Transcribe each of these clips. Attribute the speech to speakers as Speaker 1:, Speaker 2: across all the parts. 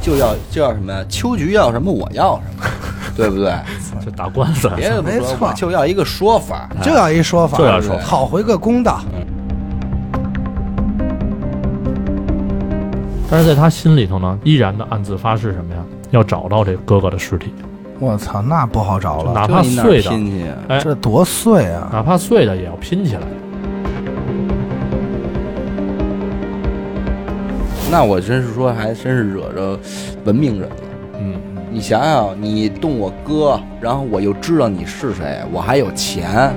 Speaker 1: 就要就要什么呀？秋菊要什么，我要 什么，对不对？
Speaker 2: 就打官司，
Speaker 1: 别的不
Speaker 3: 没
Speaker 1: 说，
Speaker 3: 错
Speaker 1: 我就要一个说法。
Speaker 3: 就要一说法，
Speaker 2: 就要说法
Speaker 3: 讨回个公道。
Speaker 1: 嗯
Speaker 2: 但是在他心里头呢，依然的暗自发誓什么呀？要找到这哥哥的尸体，
Speaker 3: 我操，那不好找了，
Speaker 2: 哪
Speaker 1: 就
Speaker 2: 怕
Speaker 1: 你哪
Speaker 2: 碎
Speaker 1: 儿
Speaker 2: 的，
Speaker 1: 拼去啊？
Speaker 2: 哎，
Speaker 3: 这多碎啊！
Speaker 2: 哪怕碎的也要拼起来。
Speaker 1: 那我真是说，还真是惹着文明人了。
Speaker 2: 嗯，
Speaker 1: 你想想，你动我哥，然后我又知道你是谁，我还有钱，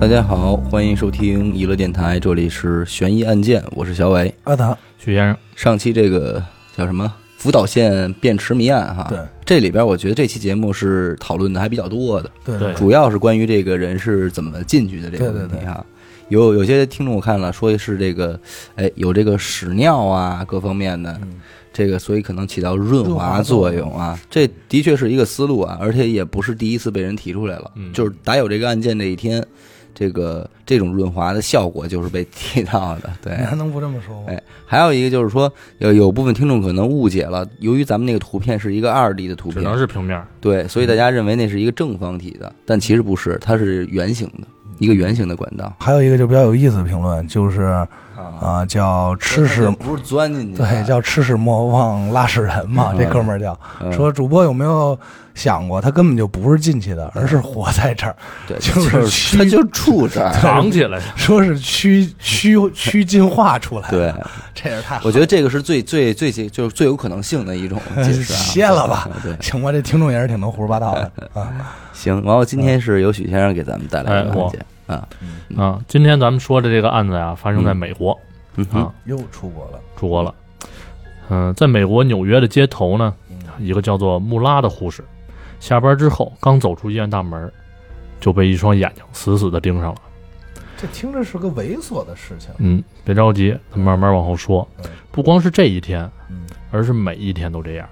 Speaker 1: 大家好，欢迎收听娱乐电台，这里是悬疑案件，我是小伟。
Speaker 3: 阿达，
Speaker 2: 许先生，
Speaker 1: 上期这个叫什么福岛县变池谜案哈，
Speaker 3: 对
Speaker 1: 这里边我觉得这期节目是讨论的还比较多的，
Speaker 3: 对
Speaker 2: 对
Speaker 1: 主要是关于这个人是怎么进去的这个问题
Speaker 3: 对对
Speaker 1: 哈。有有些听众我看了说是这个，哎，有这个屎尿啊各方面的，这个所以可能起到润滑作用啊。这的确是一个思路啊，而且也不是第一次被人提出来了，
Speaker 2: 嗯
Speaker 1: 就是打有这个案件这一天，这个这种润滑的效果就是被 提到的， 对。
Speaker 3: 你还能不这么说吗？
Speaker 1: 哎，还有一个就是说，有有部分听众可能误解了，由于咱们那个图片是一个二 D 的图
Speaker 2: 只
Speaker 1: 片
Speaker 2: 能，是平面。
Speaker 1: 对，所以大家认为那是一个正方体的，但其实不是，它是圆形的，一个圆形的管道
Speaker 3: 还有一个就比较有意思的评论，就是
Speaker 1: 啊，
Speaker 3: 啊、叫吃屎
Speaker 1: 它，不是钻进去的，
Speaker 3: 对，叫吃屎莫忘拉屎人嘛，
Speaker 1: 嗯
Speaker 3: 这哥们儿叫
Speaker 1: 嗯
Speaker 3: 说主播有没有想过，他根本就不是进去的，
Speaker 1: 嗯
Speaker 3: 而是活在这儿，
Speaker 1: 对，
Speaker 3: 就
Speaker 1: 就是是它就住这 儿。
Speaker 2: 绑起来，
Speaker 3: 说是趋趋趋进化出来。
Speaker 1: 对，，
Speaker 3: 这也太好哎
Speaker 1: 我觉得这个是最最最就是最有可能性的一种解释、啊。
Speaker 3: 歇了吧
Speaker 1: 对， 嗯
Speaker 3: 行吧，这听众也是挺能胡说八道的啊。
Speaker 1: 行。然后今天是由许先生给咱们带来的
Speaker 2: 哎我
Speaker 1: 案件、啊，
Speaker 2: 啊，今天咱们说的这个案子呀，发生在美国、
Speaker 1: 嗯哼
Speaker 2: 啊，
Speaker 3: 又出国了，
Speaker 2: 出国了。嗯、在美国纽约的街头呢，
Speaker 3: 嗯
Speaker 2: 一个叫做穆拉的护士，下班之后刚走出医院大门，就被一双眼睛死死的盯上了。
Speaker 3: 这听着是个猥琐的事情。
Speaker 2: 嗯，别着急，咱们慢慢往后说
Speaker 3: 嗯。
Speaker 2: 不光是这一天，
Speaker 3: 嗯
Speaker 2: 而是每一天都这样。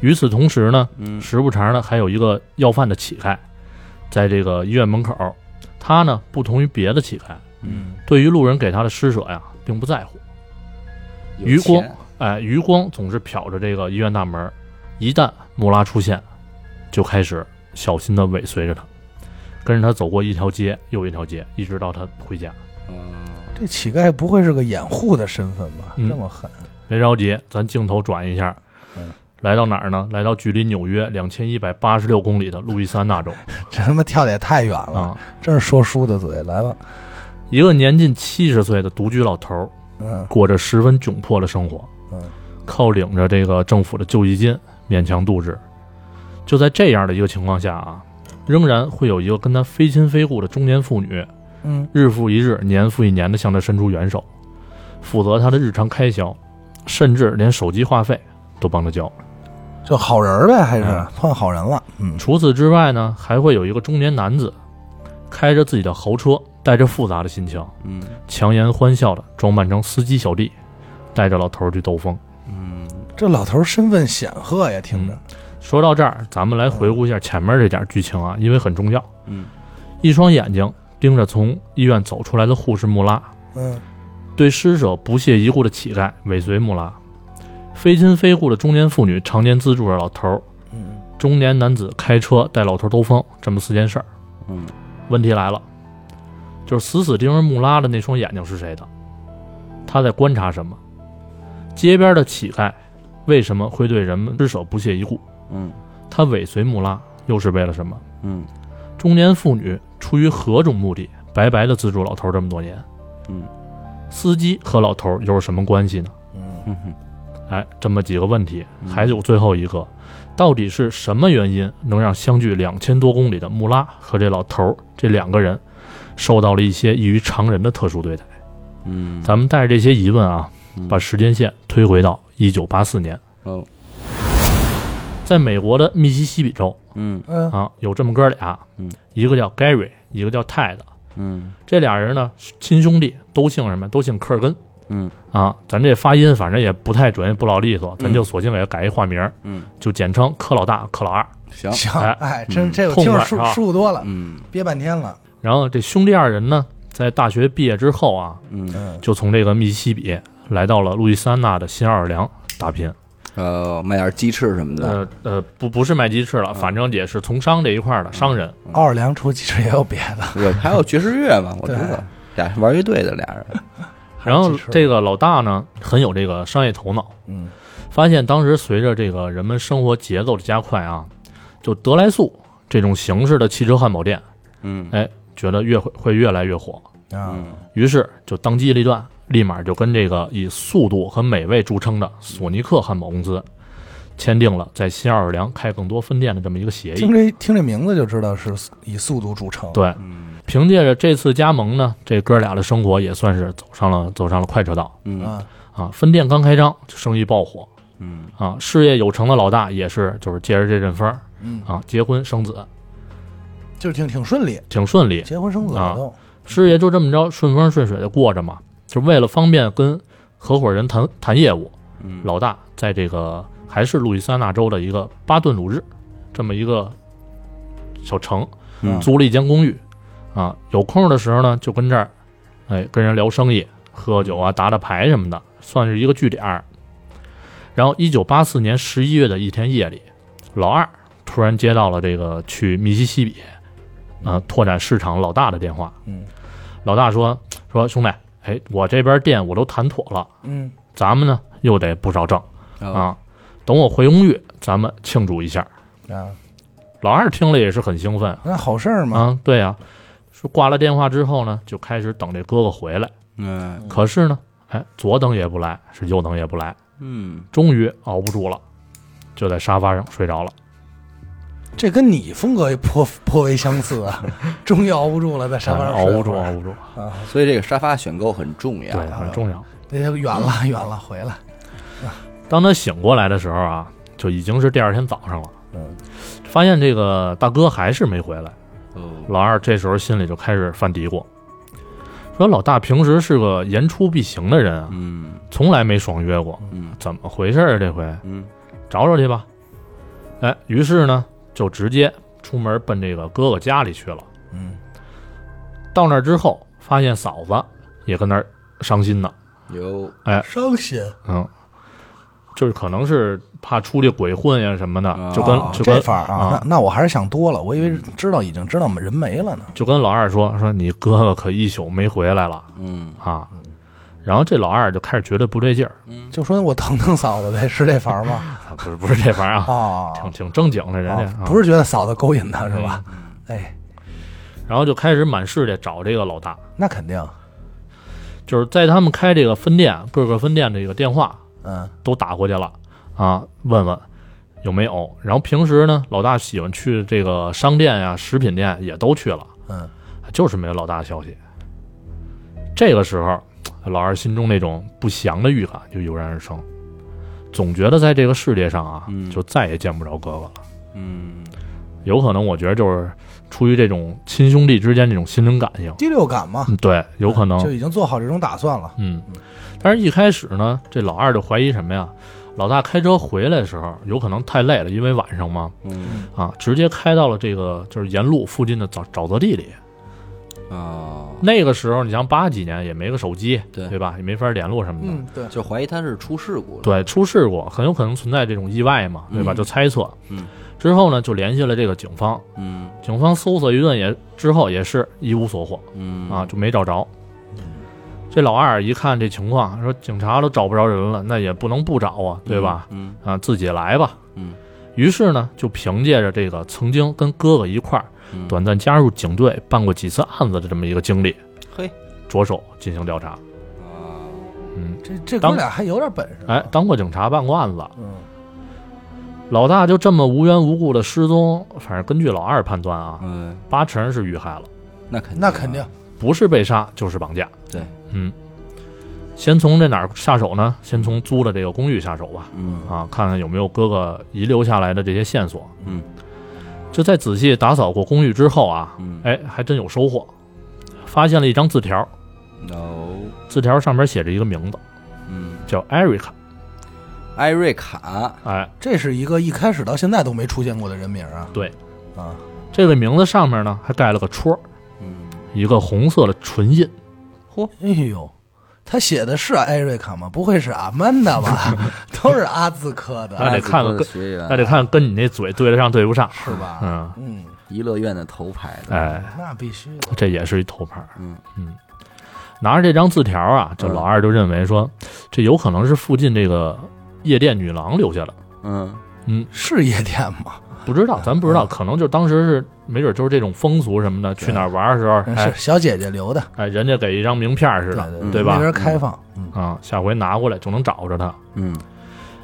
Speaker 2: 与此同时呢，
Speaker 1: 嗯
Speaker 2: 时不常呢还有一个要饭的乞丐，在这个医院门口，他呢不同于别的乞丐，
Speaker 1: 嗯，
Speaker 2: 对于路人给他的施舍呀，并不在乎。
Speaker 1: 嗯有
Speaker 2: 余光
Speaker 1: 钱
Speaker 2: 哎，余光总是瞟着这个医院大门儿，一旦穆拉出现，就开始小心地尾随着他，跟着他走过一条街又一条街，一直到他回家。
Speaker 1: 嗯
Speaker 3: 这乞丐不会是个掩护的身份吧？
Speaker 2: 嗯
Speaker 3: 这么狠，
Speaker 2: 别着急，咱镜头转一下
Speaker 3: 嗯，
Speaker 2: 来到哪儿呢？来到距离纽约两千一百八十六公里的路易斯安那州
Speaker 3: 这他妈跳的也太远了，
Speaker 2: 啊，
Speaker 3: 真是说书的嘴。来吧，
Speaker 2: 一个年近七十岁的独居老头儿，
Speaker 3: 嗯
Speaker 2: 过着十分窘迫的生活，
Speaker 3: 嗯，
Speaker 2: 靠领着这个政府的救济金勉强度日。就在这样的一个情况下啊，仍然会有一个跟他非亲非故的中年妇女，
Speaker 3: 嗯，
Speaker 2: 日复一日、年复一年的向他伸出援手，负责他的日常开销，甚至连手机话费都帮他交。
Speaker 3: 就好人儿呗，还是
Speaker 2: 嗯
Speaker 3: 换好人了。嗯，
Speaker 2: 除此之外呢，还会有一个中年男子，开着自己的豪车，带着复杂的心情，
Speaker 1: 嗯
Speaker 2: 强颜欢笑的装扮成司机小弟，带着老头儿去兜风。
Speaker 1: 嗯，
Speaker 3: 这老头儿身份显赫呀，听着，
Speaker 2: 说到这儿，咱们来回顾一下前面这点剧情啊，因为很重要。
Speaker 1: 嗯，
Speaker 2: 一双眼睛盯着从医院走出来的护士穆拉，
Speaker 3: 嗯，
Speaker 2: 对施舍不屑一顾的乞丐尾随穆拉，非亲非故的中年妇女常年资助着老头儿，
Speaker 3: 嗯，
Speaker 2: 中年男子开车带老头儿兜风，这么四件事儿。
Speaker 1: 嗯，
Speaker 2: 问题来了，就是死死盯着穆拉的那双眼睛是谁的？他在观察什么？街边的乞丐为什么会对人们施舍不屑一顾？
Speaker 1: 嗯
Speaker 2: 他尾随穆拉又是为了什么？
Speaker 1: 嗯
Speaker 2: 中年妇女出于何种目的，白白的资助老头这么多年？
Speaker 1: 嗯，
Speaker 2: 司机和老头又是什么关系呢？
Speaker 3: 嗯，
Speaker 1: 嗯哼
Speaker 2: 哎，这么几个问题，
Speaker 1: 嗯
Speaker 2: 还有最后一个，到底是什么原因能让相距两千多公里的穆拉和这老头儿这两个人受到了一些异于常人的特殊对待？
Speaker 1: 嗯，
Speaker 2: 咱们带着这些疑问啊，
Speaker 1: 嗯
Speaker 2: 把时间线推回到一九八四年，
Speaker 1: 哦
Speaker 2: 在美国的密西西比州
Speaker 1: 嗯
Speaker 3: 嗯，
Speaker 2: 啊，有这么哥俩
Speaker 1: 嗯，
Speaker 2: 一个叫 Gary，一个叫 Ted。
Speaker 1: 嗯
Speaker 2: 这俩人呢，亲兄弟，都姓什么？都姓科尔根。
Speaker 1: 嗯嗯
Speaker 2: 啊，咱这发音反正也不太准，也不老利索，咱就索性给它改一化名儿，
Speaker 1: 嗯，
Speaker 2: 就简称柯老大、柯老二。
Speaker 1: 行，
Speaker 3: 行，
Speaker 2: 哎
Speaker 3: 哎，这这我
Speaker 2: 痛
Speaker 3: 听着
Speaker 2: 快啊
Speaker 3: 舒
Speaker 2: 是吧
Speaker 3: 舒服多了，
Speaker 1: 嗯
Speaker 3: 憋半天了，
Speaker 2: 然后这兄弟二人呢，在大学毕业之后啊，
Speaker 1: 嗯，
Speaker 3: 嗯，
Speaker 2: 就从这个密西西比来到了路易斯安那的新奥尔良打拼。
Speaker 1: 呃，卖点鸡翅什么的，
Speaker 2: 呃呃，不不是卖鸡翅
Speaker 3: 嗯
Speaker 2: 了，反正也是从商这一块儿的商人。
Speaker 3: 奥尔嗯良除了鸡翅也有别的，
Speaker 2: 嗯
Speaker 1: 我还有爵士乐嘛，我知道，俩玩乐队的俩人，
Speaker 2: 然后
Speaker 3: 鸡翅
Speaker 2: 这个老大呢，很有这个商业头脑，
Speaker 3: 嗯，
Speaker 2: 发现当时随着这个人们生活节奏的加快啊，就德莱速这种形式的汽车汉堡店，
Speaker 1: 嗯
Speaker 2: 哎，觉得越会会越来越火，
Speaker 3: 啊，
Speaker 2: 于是就当机立断，立马就跟这个以速度和美味著称的索尼克汉堡公司签订了在新奥尔良开更多分店的这么一个协
Speaker 3: 听
Speaker 2: 议。
Speaker 3: 这听这名字就知道是以速度著称，，
Speaker 2: 哎对，
Speaker 1: 嗯
Speaker 2: 凭借着这次加盟呢，这哥俩的生活也算是走上了走上了快车道
Speaker 1: 嗯
Speaker 3: 啊，
Speaker 2: 啊。分店刚开张，生意爆火
Speaker 1: 嗯
Speaker 2: 啊，事业有成的老大也是就是借着这阵风儿
Speaker 3: 嗯，
Speaker 2: 啊，结婚生子
Speaker 3: 就是挺挺顺利，
Speaker 2: 挺顺利，
Speaker 3: 结婚生子
Speaker 2: 啊
Speaker 3: 了都，
Speaker 2: 事业就这么着顺风顺水的过着嘛。就为了方便跟合伙人谈谈业务，
Speaker 1: 嗯，
Speaker 2: 老大在这个还是路易斯安那州的一个巴顿鲁日这么一个小城
Speaker 1: 嗯
Speaker 2: 租了一间公寓，啊，有空的时候呢就跟这儿，哎，跟人聊生意、喝酒啊、打打牌什么的，算是一个据点儿。然后，一九八四年十一月的一天夜里，老二突然接到了这个去密西西比，啊，拓展市场老大的电话。
Speaker 3: 嗯
Speaker 2: 老大说说兄弟，哎，我这边店我都谈妥了，
Speaker 3: 嗯，
Speaker 2: 咱们呢又得不少挣。
Speaker 1: 啊，
Speaker 2: 啊，等我回公寓，咱们庆祝一下。
Speaker 3: 啊，
Speaker 2: 老二听了也是很兴奋
Speaker 3: 那好事儿嘛，
Speaker 2: 啊，对呀、说挂了电话之后呢，就开始等这哥哥回来。
Speaker 1: 嗯
Speaker 2: 可是呢，哎，左等也不来，是右等也不来，
Speaker 1: 嗯，
Speaker 2: 终于熬不住了，就在沙发上睡着了。
Speaker 3: 这跟你风格也颇颇为相似 啊，终于熬不住了，在沙发上
Speaker 2: 哎熬
Speaker 3: 睡
Speaker 2: 不住，
Speaker 3: 会儿
Speaker 2: 熬不住，
Speaker 3: 啊，
Speaker 1: 所以这个沙发选购很重
Speaker 2: 对
Speaker 1: 要，，
Speaker 2: 很重要。
Speaker 3: 那就远
Speaker 2: 嗯
Speaker 3: 了远了，回来，
Speaker 2: 当他醒过来的时候啊，就已经是第二天早上了。
Speaker 3: 嗯，
Speaker 2: 发现这个大哥还是没回来。
Speaker 1: 哦，
Speaker 2: 老二这时候心里就开始犯嘀咕，说老大平时是个言出必行的人啊，
Speaker 1: 嗯
Speaker 2: 从来没爽约过，
Speaker 1: 嗯
Speaker 2: 怎么回事儿啊？这回
Speaker 1: 嗯
Speaker 2: 找找去吧。哎，于是呢，就直接出门奔这个哥哥家里去了。
Speaker 3: 嗯，
Speaker 2: 到那儿之后，发现嫂子也跟那儿伤心呢。
Speaker 1: 有，
Speaker 3: 伤心，
Speaker 2: 嗯，就是可能是怕出去鬼混呀什么的，
Speaker 1: 啊
Speaker 2: 就跟
Speaker 3: 哦
Speaker 2: 就
Speaker 3: 这
Speaker 2: 跟
Speaker 3: 法儿啊，那那我还是想多了，我以为知道已经知道人没了呢，
Speaker 2: 就跟老二说说你哥哥可一宿没回来了
Speaker 1: 嗯
Speaker 2: 啊。然后这老二就开始觉得不对劲儿，
Speaker 1: 嗯
Speaker 3: 就说我疼疼嫂子呗，是这法儿吗？
Speaker 2: 啊不是不是这玩意儿 啊，
Speaker 3: 啊，
Speaker 2: 挺挺正经的人家，
Speaker 3: 啊
Speaker 2: 啊嗯
Speaker 3: 不是觉得嫂子勾引他是吧？哎，
Speaker 2: 然后就开始满世界找这个老大，
Speaker 3: 那肯定，
Speaker 2: 就是在他们开这个分店，各个分店这个电话
Speaker 3: 嗯
Speaker 2: 都打过去了啊，问问有没有。然后平时呢，老大喜欢去这个商店呀、食品店也都去了，
Speaker 3: 嗯，
Speaker 2: 就是没有老大的消息。这个时候，老二心中那种不祥的预感就油然而生，总觉得在这个世界上啊
Speaker 1: 嗯，
Speaker 2: 就再也见不着哥哥了。
Speaker 1: 嗯
Speaker 2: 有可能，我觉得就是出于这种亲兄弟之间这种心灵感应，
Speaker 3: 第六感嘛，
Speaker 2: 嗯对，有可能
Speaker 3: 就已经做好这种打算了。
Speaker 2: 嗯，但是一开始呢，这老二就怀疑什么呀？老大开车回来的时候，有可能太累了，因为晚上嘛，
Speaker 1: 嗯
Speaker 2: 啊，直接开到了这个就是沿路附近的沼沼泽地里。
Speaker 1: 哦，
Speaker 2: 那个时候，你像八几年也没个手机，
Speaker 1: 对
Speaker 2: 对吧？也没法联络什么的。
Speaker 3: 嗯，对，
Speaker 1: 就怀疑他是出事故了，，
Speaker 2: 对，出事故很有可能存在这种意外嘛，对吧？
Speaker 1: 嗯
Speaker 2: 就猜测。
Speaker 1: 嗯。
Speaker 2: 之后呢，就联系了这个警方，
Speaker 1: 嗯
Speaker 2: 警方搜索一顿也之后也是一无所获
Speaker 1: 嗯
Speaker 2: 啊，，就没找着。这老二一看这情况，说警察都找不着人了，那也不能不找啊，对吧？？
Speaker 1: 嗯
Speaker 2: 啊，自己来吧。
Speaker 1: 嗯，
Speaker 2: 于是呢，就凭借着这个曾经跟哥哥一块儿
Speaker 1: 嗯，
Speaker 2: 短暂加入警队、办过几次案子的这么一个经历，
Speaker 1: 嘿，
Speaker 2: 着手进行调查。
Speaker 1: 啊，
Speaker 2: 嗯，
Speaker 3: 这这
Speaker 2: 当
Speaker 3: 哥俩还有点本事。
Speaker 2: 哎，，当过警察，办过案子。
Speaker 3: 嗯
Speaker 2: 老大就这么无缘无故的失踪，反正根据老二判断啊，
Speaker 1: 嗯，
Speaker 2: 八成是遇害了，
Speaker 1: 那肯定
Speaker 3: 嗯那肯定，
Speaker 2: 不是被杀就是绑架。
Speaker 1: 对，
Speaker 2: 嗯，先从这哪儿下手呢？先从租的这个公寓下手吧。
Speaker 1: 嗯
Speaker 2: 啊，看看有没有哥哥遗留下来的这些线索。
Speaker 1: 嗯，
Speaker 2: 就在仔细打扫过公寓之后啊，
Speaker 1: 嗯，
Speaker 2: 哎，还真有收获，发现了一张字条，
Speaker 1: no，
Speaker 2: 字条上面写着一个名字，
Speaker 1: 嗯，
Speaker 2: 叫艾瑞卡。
Speaker 1: 艾瑞卡，
Speaker 2: 哎，
Speaker 3: 这是一个一开始到现在都没出现过的人名啊。
Speaker 2: 对，
Speaker 3: 啊，
Speaker 2: 这个名字上面呢还盖了个戳，
Speaker 1: 嗯，
Speaker 2: 一个红色的唇印。
Speaker 3: 哎呦，他写的是艾瑞卡吗？不会是阿曼达吧？ 都是阿字科
Speaker 2: 那
Speaker 3: 的，
Speaker 2: 得看看
Speaker 1: 个学员啊
Speaker 2: 那得看跟你那嘴对得上对不上。
Speaker 3: 是吧？
Speaker 2: 嗯，
Speaker 3: 嗯，
Speaker 1: 娱乐院的头牌的，
Speaker 2: 哎，
Speaker 3: 那必须的。
Speaker 2: 这也是一头牌儿。
Speaker 1: 嗯
Speaker 2: 拿着这张字条啊，这
Speaker 1: 嗯
Speaker 2: 老二就认为说，这有可能是附近这个夜店女郎留下的。
Speaker 1: 嗯
Speaker 2: 嗯，
Speaker 3: 是夜店吗？
Speaker 2: 不知道，咱不知道，可能就当时是没准就是这种风俗什么的，去哪儿玩的时候，
Speaker 1: 嗯
Speaker 2: 哎
Speaker 3: 是小姐姐留的，
Speaker 2: 哎，人家给一张名片儿似
Speaker 3: 对
Speaker 2: 的
Speaker 3: 对
Speaker 1: 对
Speaker 2: 吧
Speaker 3: 那边开放，嗯，
Speaker 2: 啊，下回拿过来就能找着他。
Speaker 1: 嗯，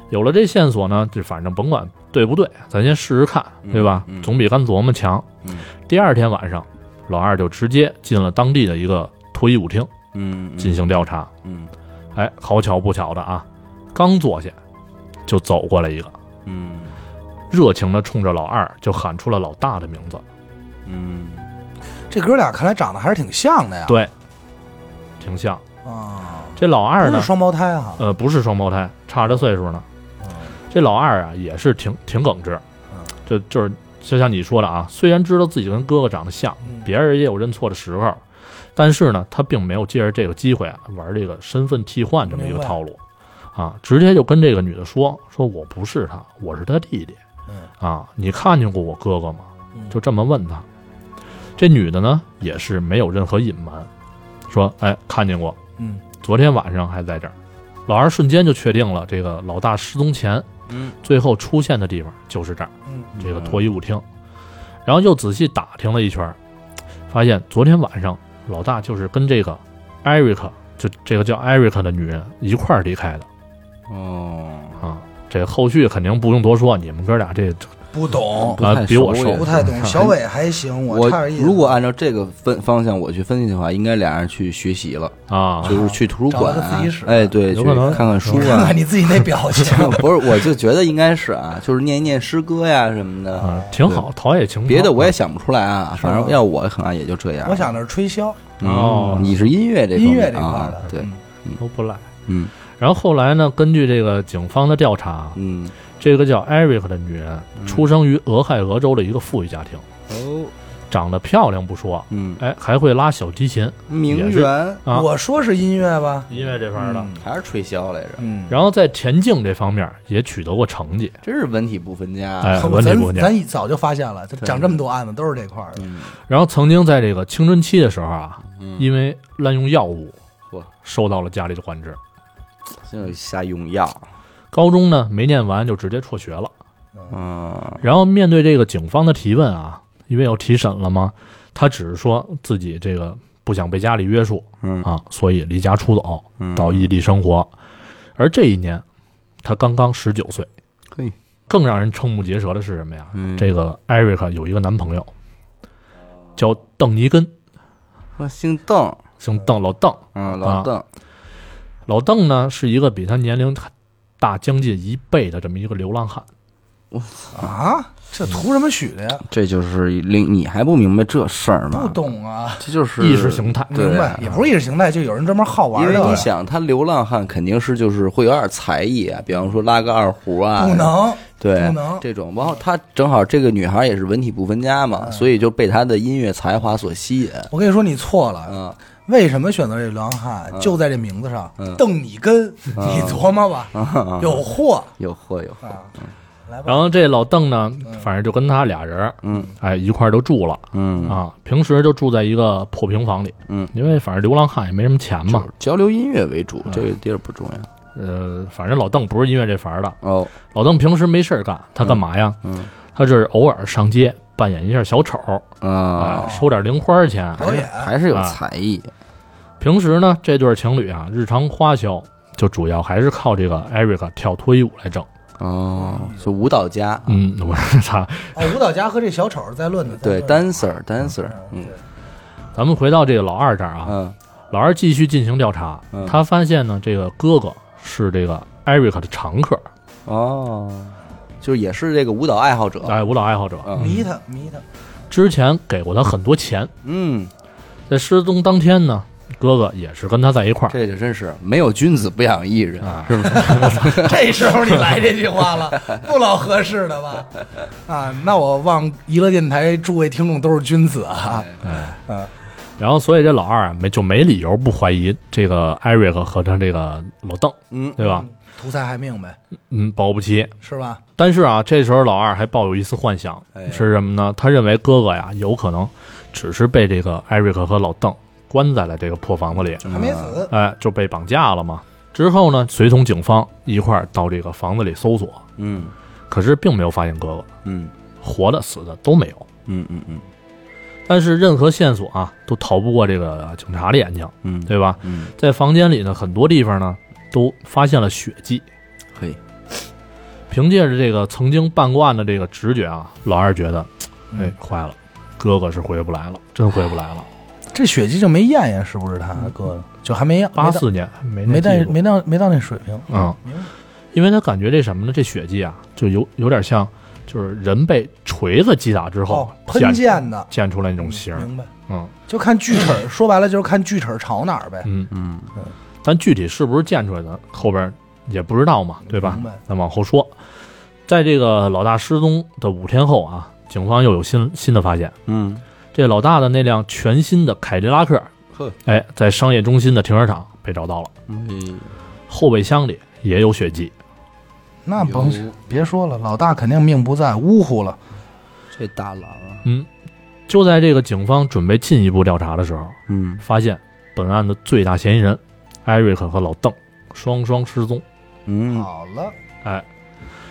Speaker 2: 有了这线索呢，就反正甭管对不对，咱先试试看，
Speaker 1: 嗯
Speaker 2: 对吧？
Speaker 1: 嗯
Speaker 2: 总比干琢磨强。
Speaker 1: 嗯
Speaker 2: 第二天晚上，老二就直接进了当地的一个脱衣舞厅
Speaker 1: 嗯，
Speaker 2: 进行调查。
Speaker 1: 嗯，
Speaker 2: 哎，好巧不巧的啊，刚坐下就走过来一个，
Speaker 1: 嗯
Speaker 2: 热情的冲着老二就喊出了老大的名字。
Speaker 1: 嗯嗯，
Speaker 3: 这哥俩看来长得还是挺像的呀。
Speaker 2: 对，挺像。
Speaker 3: 啊，
Speaker 2: 这老二
Speaker 3: 不
Speaker 2: 呢
Speaker 3: 是，双胞胎哈。
Speaker 2: 呃，不是双胞胎，差着岁数呢。这老二啊，也是挺挺耿直
Speaker 3: 嗯，
Speaker 2: 就就是就像你说的啊，虽然知道自己跟哥哥长得像，
Speaker 3: 嗯
Speaker 2: 别人也有认错的时候，但是呢，他并没有借着这个机会啊玩这个身份替换这么一个
Speaker 3: 明白
Speaker 2: 套路，啊，直接就跟这个女的说说我不是他，我是他弟弟
Speaker 3: 嗯，
Speaker 2: 啊，你看见过我哥哥吗？
Speaker 3: 嗯
Speaker 2: 就这么问他。这女的呢，也是没有任何隐瞒，说哎看见过，
Speaker 3: 嗯，
Speaker 2: 昨天晚上还在这儿。老二瞬间就确定了，这个老大失踪前
Speaker 1: 嗯
Speaker 2: 最后出现的地方就是这儿，
Speaker 3: 嗯
Speaker 2: 这个脱衣舞厅。然后又仔细打听了一圈儿，发现昨天晚上老大就是跟这个艾瑞克，就这个叫艾瑞克的女人一块儿离开的
Speaker 1: 哦，
Speaker 2: 啊。这后续肯定不用多说，你们哥俩这
Speaker 3: 不懂，
Speaker 1: 不太
Speaker 2: 啊比我
Speaker 1: 熟
Speaker 2: 熟
Speaker 1: 也
Speaker 3: 不 太懂。
Speaker 2: 是
Speaker 3: 小 伟还行，
Speaker 1: 我
Speaker 3: 差点意思。
Speaker 1: 如果按照这个分方向我去分析的话，应该俩人去学习了，
Speaker 2: 啊，
Speaker 1: 就是去图书馆
Speaker 3: 找一个自习室，
Speaker 1: 哎，对，
Speaker 2: 有
Speaker 1: 去
Speaker 2: 可能
Speaker 1: 看看书
Speaker 3: 看
Speaker 1: 啊
Speaker 3: 看。你自己那表情，
Speaker 1: 不是，我就觉得应该是啊，就是念一念诗歌呀什么的，
Speaker 2: 啊挺好，陶冶情操。
Speaker 1: 别的我也想不出来啊。
Speaker 3: 吧
Speaker 1: 反正要我可能也就这样。
Speaker 3: 我想的是吹箫，
Speaker 2: 哦
Speaker 1: 嗯，你是音乐这
Speaker 3: 音乐
Speaker 1: 方面
Speaker 3: 这块
Speaker 1: 啊
Speaker 3: 儿的，嗯
Speaker 1: 对，
Speaker 2: 都不赖。
Speaker 1: 嗯
Speaker 2: 然后后来呢，根据这个警方的调查啊，
Speaker 1: 嗯
Speaker 2: 这个叫艾瑞克的女人出生于俄亥俄州的一个富裕家庭，
Speaker 1: 哦
Speaker 2: 长得漂亮不说，
Speaker 1: 嗯，
Speaker 2: 哎，还会拉小提琴
Speaker 1: 名
Speaker 2: 也是
Speaker 1: 媛
Speaker 2: 啊，
Speaker 3: 我说是音乐吧，
Speaker 2: 音乐这方面的。
Speaker 3: 嗯
Speaker 1: 还是吹箫来着，
Speaker 3: 嗯，
Speaker 2: 然后在田径这方面也取得过成绩，
Speaker 1: 真是文体不分家啊。
Speaker 2: 哎，
Speaker 3: 咱
Speaker 2: 文理不念。
Speaker 3: 咱一早就发现了，他讲这么多案子都是这块儿的，
Speaker 1: 嗯
Speaker 2: 然后曾经在这个青春期的时候啊，
Speaker 1: 嗯，
Speaker 2: 因为滥用药物
Speaker 1: 嚯，
Speaker 2: 受到了家里的管制。
Speaker 1: 就瞎用药。
Speaker 2: 高中呢没念完就直接辍学了。
Speaker 1: 嗯
Speaker 2: 然后面对这个警方的提问啊，因为要提审了嘛，他只是说自己这个不想被家里约束
Speaker 1: 嗯
Speaker 2: 啊，所以离家出走
Speaker 1: 嗯
Speaker 2: 到异地生活。而这一年，他刚刚十九岁。
Speaker 1: 可以，
Speaker 2: 更让人瞠目结舌的是什么呀？
Speaker 1: 嗯
Speaker 2: 这个艾瑞克有一个男朋友，叫邓尼根，
Speaker 1: 我姓邓，
Speaker 2: 姓邓，老邓。
Speaker 1: 嗯，老邓，
Speaker 2: 老邓呢是一个比他年龄大将近一倍的这么一个流浪汉。
Speaker 3: 啊，这图什么许的呀？
Speaker 1: 这就是令你还不明白这事儿吗？
Speaker 3: 不，懂啊，
Speaker 1: 这就是
Speaker 2: 意识形态
Speaker 1: 对啊
Speaker 3: 明白？也不是意识形态，就有人专门好玩
Speaker 1: 因
Speaker 3: 的
Speaker 1: 为你
Speaker 3: 呗，
Speaker 1: 想，他流浪汉肯定是就是会有点才艺啊，比方说拉个二胡啊，
Speaker 3: 不能，
Speaker 1: 对，
Speaker 3: 不能
Speaker 1: 这种。然后他正好这个女孩也是文体不分家
Speaker 3: 哎
Speaker 1: 嘛，所以就被他的音乐才华所吸引。
Speaker 3: 我跟你说你错了，
Speaker 1: 嗯
Speaker 3: 为什么选择这流浪汉？就在这名字上，邓你
Speaker 1: 嗯
Speaker 3: 根，你琢磨吧，有货
Speaker 1: 有货有货，
Speaker 3: 啊！来吧，
Speaker 2: 然后这老邓呢，反正就跟他俩人，
Speaker 1: 嗯，
Speaker 2: 哎，一块儿都住了
Speaker 1: 嗯，
Speaker 2: 啊。平时就住在一个破平房里，
Speaker 1: 嗯，
Speaker 2: 因为反正流浪汉也没什么钱嘛，嗯
Speaker 1: 交流音乐为主，这个地儿不重要。
Speaker 2: 呃，反正老邓不是音乐这行的。
Speaker 1: 哦，
Speaker 2: 老邓平时没事儿干，他干嘛呀？
Speaker 1: 嗯，
Speaker 2: 他就是偶尔上街扮演一下小丑，
Speaker 1: 啊
Speaker 2: 啊，，收点零花钱。
Speaker 3: 表演
Speaker 1: 还是有才艺。
Speaker 2: 平时呢，这对情侣啊，日常花销就主要还是靠这个艾瑞克跳脱衣舞来挣。
Speaker 1: 哦，就舞蹈家，
Speaker 2: 嗯，我操！
Speaker 3: 哦，舞蹈家和这小丑在论的，
Speaker 1: 对
Speaker 3: 单
Speaker 1: ，dancer dancer，嗯
Speaker 2: 咱们回到这个老二这儿啊，
Speaker 1: 嗯
Speaker 2: 老二继续进行调查
Speaker 1: 嗯，
Speaker 2: 他发现呢，这个哥哥是这个艾瑞克的常客，
Speaker 1: 哦，就也是这个舞蹈爱好者。
Speaker 2: 哎，舞蹈爱好者，
Speaker 1: 哦嗯
Speaker 3: 迷他迷他，
Speaker 2: 之前给过他很多钱。
Speaker 1: 嗯
Speaker 2: 在失踪当天呢，哥哥也是跟他在一块儿
Speaker 1: 这就真是没有君子不养艺人，
Speaker 2: 啊
Speaker 1: 是不是？
Speaker 3: 这时候你来这句话了，不老合适的吧？啊，那我望娱乐电台诸位听众都是君子啊，
Speaker 2: 然后，所以这老二啊，没就没理由不怀疑这个艾瑞克和他这个老邓，
Speaker 1: 嗯，
Speaker 2: 对吧？
Speaker 3: 图财害命呗，
Speaker 2: 嗯，保不齐。
Speaker 3: 是吧？
Speaker 2: 但是啊，这时候老二还抱有一丝幻想，
Speaker 1: 哎
Speaker 2: 是什么呢？他认为哥哥呀，有可能只是被这个艾瑞克和老邓关在了这个破房子里，
Speaker 3: 还没死，
Speaker 2: 哎，就被绑架了嘛。之后呢，随同警方一块儿到这个房子里搜索，
Speaker 1: 嗯
Speaker 2: 可是并没有发现哥哥，
Speaker 1: 嗯
Speaker 2: 活的死的都没有。
Speaker 1: 嗯嗯嗯
Speaker 2: 但是任何线索啊，都逃不过这个警察的眼睛，
Speaker 1: 嗯，
Speaker 2: 对吧？
Speaker 1: 嗯，
Speaker 2: 在房间里呢，很多地方呢都发现了血迹。
Speaker 1: 嘿，
Speaker 2: 凭借着这个曾经半惯的这个直觉啊，老二觉得，
Speaker 3: 嗯
Speaker 2: 哎，坏了，哥哥是回不来了，真回不来了。
Speaker 3: 这血迹就没验验，是不是他哥就还没验，
Speaker 2: 八四年没
Speaker 3: 没到
Speaker 2: 那记
Speaker 3: 没到
Speaker 2: 录
Speaker 3: 没到没到那水平，
Speaker 2: 嗯，因为他感觉这什么呢？这血迹啊，就有有点像，就是人被锤子击打之后
Speaker 3: 哦，喷
Speaker 2: 溅
Speaker 3: 溅的
Speaker 2: 溅出来那种形儿。
Speaker 3: 明白？
Speaker 2: 嗯
Speaker 3: 就看锯 齿儿，说白了就是看锯齿儿朝哪儿呗，
Speaker 2: 嗯，
Speaker 1: 嗯
Speaker 2: 但具体是不是溅出来的，后边也不知道嘛，对吧
Speaker 3: 明白？
Speaker 2: 咱往后说，在这个老大失踪的五天后啊，警方又有新新的发现。
Speaker 1: 嗯，
Speaker 2: 这老大的那辆全新的凯迪拉克
Speaker 1: 呵，
Speaker 2: 哎，在商业中心的停车场被找到了，
Speaker 1: 嗯
Speaker 2: 后备箱里也有血迹。
Speaker 3: 那甭
Speaker 1: 有
Speaker 3: 别说了，老大肯定命不在，呜呼了，
Speaker 1: 这大郎啊，
Speaker 2: 嗯，就在这个警方准备进一步调查的时候，
Speaker 1: 嗯
Speaker 2: 发现本案的最大嫌疑人艾瑞克和老邓双双失踪。
Speaker 1: 嗯，
Speaker 3: 好了，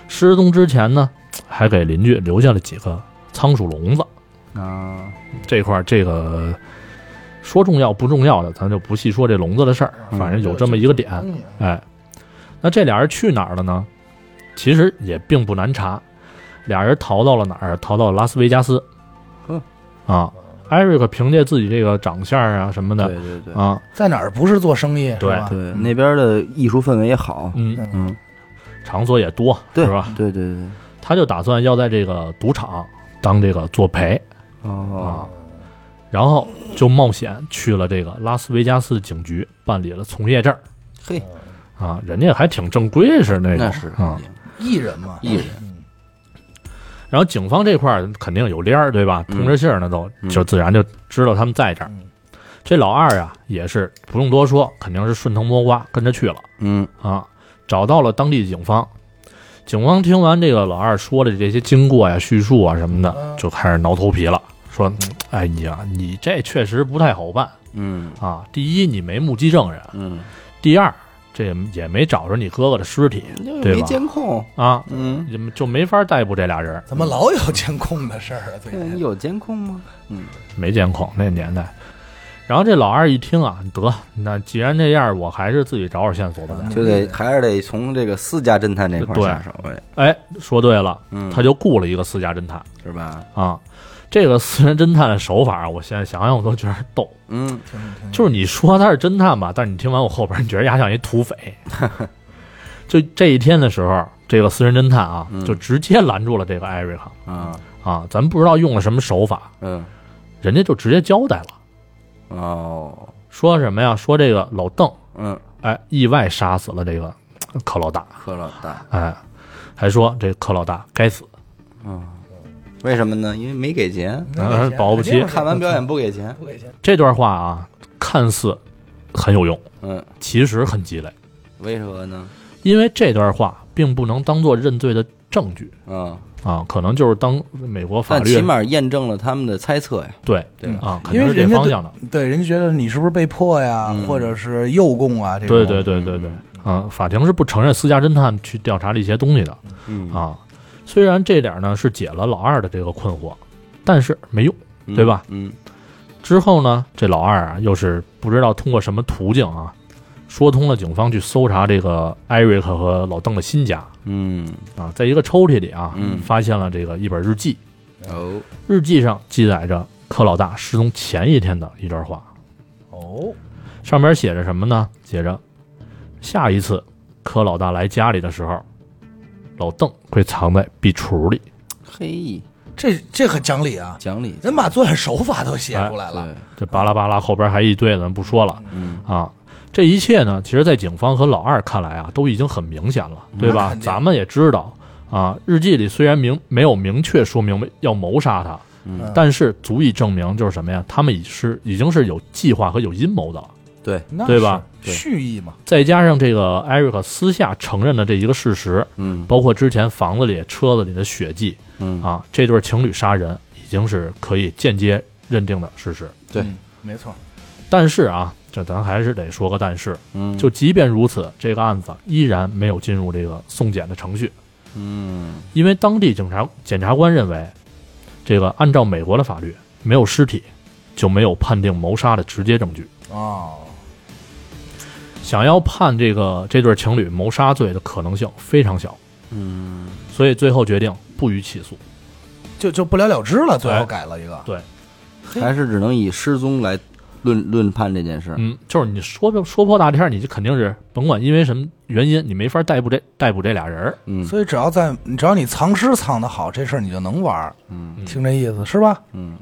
Speaker 2: 失踪之前呢，还给邻居留下了几个仓鼠笼子。
Speaker 1: 啊，
Speaker 2: 这块儿这个说重要不重要的，咱就不细说这笼子的事儿，
Speaker 1: 嗯
Speaker 2: 反正有这么一个点。
Speaker 3: 嗯
Speaker 2: 哎，那这俩人去哪儿了呢？其实也并不难查，俩人逃到了哪儿？逃到了拉斯维加斯
Speaker 1: 呵。
Speaker 2: 啊，艾瑞克凭借自己这个长相啊什么
Speaker 1: 对
Speaker 2: 的
Speaker 1: 对对
Speaker 2: 啊，
Speaker 3: 在哪儿不是做生意，是
Speaker 2: 对
Speaker 3: 吧？
Speaker 1: 对，那边的艺术氛围也好，
Speaker 2: 啊嗯，
Speaker 3: 嗯
Speaker 1: 嗯，
Speaker 2: 场所也多，
Speaker 1: 对
Speaker 2: 是吧？
Speaker 1: 对对对，
Speaker 2: 他就打算要在这个赌场当这个作陪
Speaker 1: 哦
Speaker 2: 啊，，然后就冒险去了这个拉斯维加斯警局办理了从业证
Speaker 1: 嘿，
Speaker 2: 啊，人家还挺正规是那种
Speaker 1: 那是
Speaker 2: 啊，
Speaker 3: 艺人嘛，
Speaker 1: 艺人，
Speaker 2: 然后警方这块儿肯定有联儿，对吧？
Speaker 1: 嗯
Speaker 2: 通着信儿呢都，
Speaker 1: 嗯
Speaker 2: 就自然就知道他们在这儿。
Speaker 3: 嗯
Speaker 2: 这老二啊，也是不用多说，肯定是顺藤摸瓜跟着去了
Speaker 1: 嗯
Speaker 2: 啊，找到了当地警方。警方听完这个老二说的这些经过呀、叙述啊什么的，
Speaker 3: 嗯
Speaker 2: 就开始挠头皮了，说：“哎，你啊，你这确实不太好办
Speaker 1: 嗯
Speaker 2: 啊！第一，你没目击证人；
Speaker 1: 嗯，
Speaker 2: 第二，这也没找着你哥哥的尸体对
Speaker 1: 没
Speaker 2: 吧
Speaker 1: 监控，
Speaker 2: 啊，
Speaker 1: 嗯，
Speaker 2: 也就没法逮捕这俩人。
Speaker 3: 怎么老有监控的事儿啊？最
Speaker 1: 那
Speaker 3: 近
Speaker 1: 有监控吗？嗯
Speaker 2: 没监控那年代。然后这老二一听啊，得，那既然这样，我还是自己找找线索吧。
Speaker 1: 就得还是得从这个私家侦探这块儿
Speaker 2: 对
Speaker 1: 下手呗，
Speaker 2: 哎，说对了，
Speaker 1: 嗯，
Speaker 2: 他就雇了一个私家侦探
Speaker 1: 是吧？
Speaker 2: 啊。这个私人侦探的手法啊，我现在想想我都觉得逗。
Speaker 1: 嗯，
Speaker 3: 听着听着
Speaker 2: 就是你说他是侦探吧，但是你听完我后边，你觉得丫像一土匪。 就这一天的时候，这个私人侦探啊，
Speaker 1: 嗯
Speaker 2: 就直接拦住了这个艾瑞克
Speaker 1: 啊，
Speaker 2: 啊。咱不知道用了什么手法，
Speaker 1: 嗯，
Speaker 2: 人家就直接交代了，
Speaker 1: 哦，
Speaker 2: 说什么呀？说这个老邓
Speaker 1: 嗯，
Speaker 2: 哎，意外杀死了这个呃柯老大，
Speaker 1: 柯老大，
Speaker 2: 哎，还说这柯老大该死，
Speaker 1: 为什么呢？因为没给钱，
Speaker 3: 那给钱
Speaker 2: 保不齐
Speaker 3: 肯定是
Speaker 1: 看完表演不给钱，
Speaker 3: 不给钱，
Speaker 2: 这段话啊，看似很有用，
Speaker 1: 嗯，
Speaker 2: 其实很鸡肋，
Speaker 1: 为什么呢？
Speaker 2: 因为这段话并不能当做认罪的证据
Speaker 1: 嗯，
Speaker 2: 啊，可能就是当美国法
Speaker 1: 但
Speaker 2: 律
Speaker 1: 起码验证了他们的猜测呀，
Speaker 2: 对
Speaker 1: 对吧？
Speaker 2: 啊，肯
Speaker 3: 因
Speaker 2: 定是
Speaker 3: 为
Speaker 2: 这
Speaker 3: 人家
Speaker 2: 方向的，
Speaker 3: 对人家觉得你是不是被迫呀，
Speaker 1: 嗯
Speaker 3: 或者是诱供啊？这种
Speaker 2: 对对对对对，啊，法庭是不承认私家侦探去调查这些东西的
Speaker 1: 嗯，
Speaker 2: 啊，虽然这点呢是解了老二的这个困惑，但是没用。
Speaker 1: 嗯
Speaker 2: 对吧？
Speaker 1: 嗯，
Speaker 2: 之后呢，这老二啊，又是不知道通过什么途径啊，说通了警方去搜查这个艾瑞克和老邓的新家
Speaker 1: 嗯，
Speaker 2: 啊，在一个抽屉里啊，
Speaker 1: 嗯
Speaker 2: 发现了这个一本日记，
Speaker 1: 哦，
Speaker 2: 日记上记载着柯老大失踪前一天的一段话，
Speaker 3: 哦，
Speaker 2: 上面写着什么呢？写着下一次柯老大来家里的时候，老邓会藏在壁橱里。
Speaker 1: 嘿，
Speaker 3: 这这很讲理啊，
Speaker 1: 讲理，
Speaker 3: 人把作案手法都写出来了，
Speaker 1: 对，
Speaker 2: 这巴拉巴拉后边还一堆，咱不说了
Speaker 1: 嗯，
Speaker 2: 啊。这一切呢，其实，在警方和老二看来啊，都已经很明显了，对
Speaker 3: 那
Speaker 2: 吧？
Speaker 3: 肯定
Speaker 2: 咱们也知道啊，日记里虽然明没有明确说明要谋杀他，
Speaker 3: 嗯
Speaker 2: 但是足以证明就是什么呀？他们已是已经是有计划和有阴谋的了。
Speaker 1: 对，
Speaker 3: 那
Speaker 2: 对吧
Speaker 3: 是
Speaker 1: 对
Speaker 3: 蓄意嘛，
Speaker 2: 再加上这个艾瑞克私下承认的这一个事实，
Speaker 1: 嗯
Speaker 2: 包括之前房子里、车子里的血迹
Speaker 1: 嗯，
Speaker 2: 啊，这对情侣杀人已经是可以间接认定的事实。
Speaker 1: 对
Speaker 3: 嗯，没错，
Speaker 2: 但是啊，这咱还是得说个但是，
Speaker 1: 嗯
Speaker 2: 就即便如此，这个案子依然没有进入这个送检的程序，
Speaker 1: 嗯
Speaker 2: 因为当地警察检察官认为，这个按照美国的法律，没有尸体就没有判定谋杀的直接证据。
Speaker 3: 哦，
Speaker 2: 想要判这个这对情侣谋杀罪的可能性非常小，
Speaker 1: 嗯
Speaker 2: 所以最后决定不予起诉。
Speaker 3: 就就不了了之了，最
Speaker 2: 哎
Speaker 3: 后改了一个，
Speaker 2: 对，
Speaker 1: 还是只能以失踪来论论判这件事儿。
Speaker 2: 嗯，就是你说不说破大天儿，你就肯定是甭管因为什么原因，你没法逮捕这逮捕这俩人儿。
Speaker 1: 嗯
Speaker 3: 所以只要在只要你藏尸藏的好，这事儿你就能玩儿，
Speaker 1: 嗯
Speaker 3: 听这意思是吧？
Speaker 1: 嗯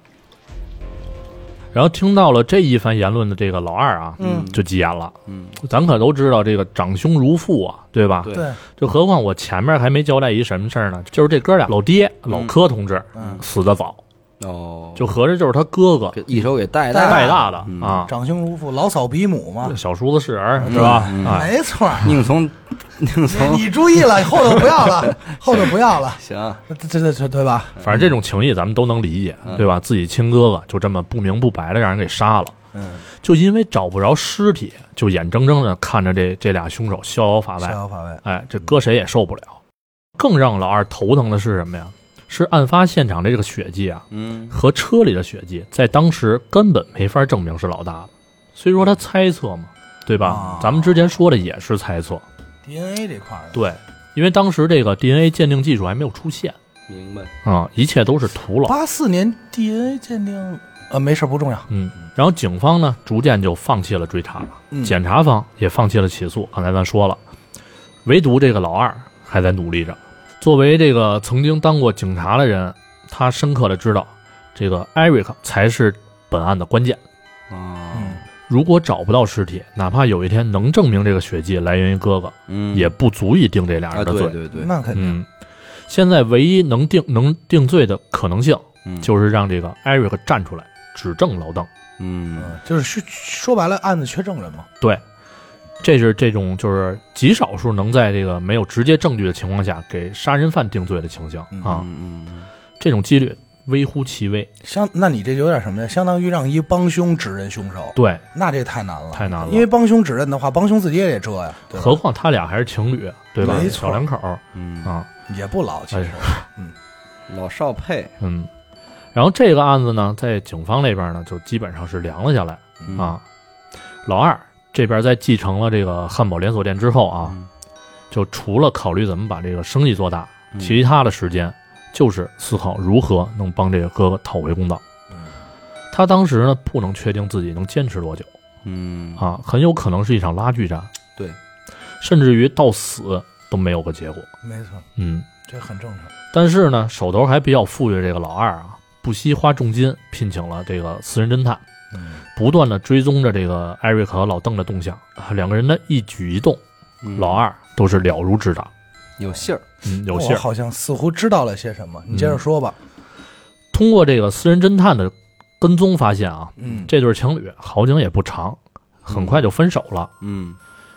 Speaker 2: 然后听到了这一番言论的这个老二啊，
Speaker 3: 嗯
Speaker 2: 就急眼了。
Speaker 1: 嗯
Speaker 2: 咱可都知道这个长兄如父啊，对吧？
Speaker 1: 对
Speaker 3: 对，
Speaker 2: 就何况我前面还没交代一什么事儿呢，就是这哥俩老爹老柯同志、
Speaker 3: 嗯
Speaker 2: 死得早，
Speaker 1: 哦，
Speaker 2: 就合着就是他哥哥
Speaker 1: 给一手给带
Speaker 3: 带
Speaker 2: 带大的、
Speaker 1: 嗯
Speaker 2: 啊，
Speaker 3: 长兄如父，老嫂比母嘛，
Speaker 2: 小叔子是人儿是吧？
Speaker 1: 嗯
Speaker 2: 啊，
Speaker 3: 没错儿。
Speaker 1: 宁从宁从
Speaker 3: 你你注意了，后头不要了，后头不要 了，
Speaker 1: 行，
Speaker 3: 这这这这对吧？
Speaker 2: 反正这种情谊咱们都能理解，
Speaker 1: 嗯
Speaker 2: 对吧？自己亲哥哥就这么不明不白的让人给杀了，
Speaker 3: 嗯，
Speaker 2: 就因为找不着尸体，就眼睁睁的看着这这俩凶手逍遥法
Speaker 3: 逍
Speaker 2: 外，
Speaker 3: 遥法外，
Speaker 2: 哎，这搁谁也受不了。更让老二头疼的是什么呀？是案发现场的这个血迹啊，
Speaker 1: 嗯
Speaker 2: 和车里的血迹，在当时根本没法证明是老大的，所以说他猜测嘛，对吧
Speaker 3: 啊？
Speaker 2: 咱们之前说的也是猜测，
Speaker 3: DNA 这块儿，
Speaker 2: 对，因为当时这个 DNA 鉴定技术还没有出现
Speaker 1: 明白，
Speaker 2: 啊，一切都是徒劳。
Speaker 3: 八四年 DNA 鉴定，呃，没事儿不重要，
Speaker 2: 嗯，然后警方呢，逐渐就放弃了追查了，
Speaker 3: 嗯
Speaker 2: 检察方也放弃了起诉。刚才咱说了，唯独这个老二还在努力着。作为这个曾经当过警察的人，他深刻的知道，这个 Eric 才是本案的关键。
Speaker 1: 啊，
Speaker 3: 嗯，
Speaker 2: 如果找不到尸体，哪怕有一天能证明这个血迹来源于哥哥，
Speaker 1: 嗯
Speaker 2: 也不足以定这俩
Speaker 1: 啊，
Speaker 2: 人的罪。
Speaker 1: 对对对，
Speaker 3: 那肯定，
Speaker 2: 嗯，现在唯一能定能定罪的可能性，
Speaker 1: 嗯
Speaker 2: 就是让这个 Eric 站出来指证老邓。
Speaker 1: 嗯
Speaker 3: 嗯，就是说说白了，案子缺证人嘛，
Speaker 2: 对，这是这种就是极少数能在这个没有直接证据的情况下给杀人犯定罪的情形啊，
Speaker 1: 嗯嗯
Speaker 2: 这种几率微乎其微。
Speaker 3: 相，那你这有点什么呀？相当于让一帮凶指认凶手，
Speaker 2: 对，
Speaker 3: 那这太难了，
Speaker 2: 太难了
Speaker 3: 因为帮凶指认的话，帮凶自己也得遮呀，对吧
Speaker 2: 何况他俩还是情侣，对吧？
Speaker 3: 没错
Speaker 2: 小两口
Speaker 1: 嗯嗯
Speaker 2: 啊，
Speaker 3: 也不老，其实，
Speaker 1: 老少配
Speaker 2: 嗯。然后这个案子呢，在警方那边呢，就基本上是凉了下来，
Speaker 1: 嗯
Speaker 2: 啊。老二这边在继承了这个汉堡连锁店之后啊，
Speaker 1: 嗯
Speaker 2: 就除了考虑怎么把这个生意做大，
Speaker 1: 嗯
Speaker 2: 其他的时间就是思考如何能帮这个哥哥讨回公道。
Speaker 3: 嗯
Speaker 2: 他当时呢不能确定自己能坚持多久
Speaker 1: 嗯
Speaker 2: 啊，很有可能是一场拉锯战，
Speaker 1: 对，
Speaker 2: 甚至于到死都没有个结果。
Speaker 3: 没错，
Speaker 2: 嗯，
Speaker 3: 这很正常，
Speaker 2: 但是呢，手头还比较富裕的这个老二啊，不惜花重金聘请了这个私人侦探，
Speaker 3: 嗯，
Speaker 2: 不断的追踪着这个艾瑞克和老邓的动向，啊两个人的一举一动，
Speaker 1: 嗯
Speaker 2: 老二都是了如指掌。
Speaker 1: 有信儿，
Speaker 2: 嗯，有信
Speaker 3: 我
Speaker 2: 儿。嗯
Speaker 3: 好像似乎知道了些什么，你接着说吧，
Speaker 2: 通过这个私人侦探的跟踪发现啊，
Speaker 3: 嗯，
Speaker 2: 这对情侣好景也不长，很快就分手了。
Speaker 1: 嗯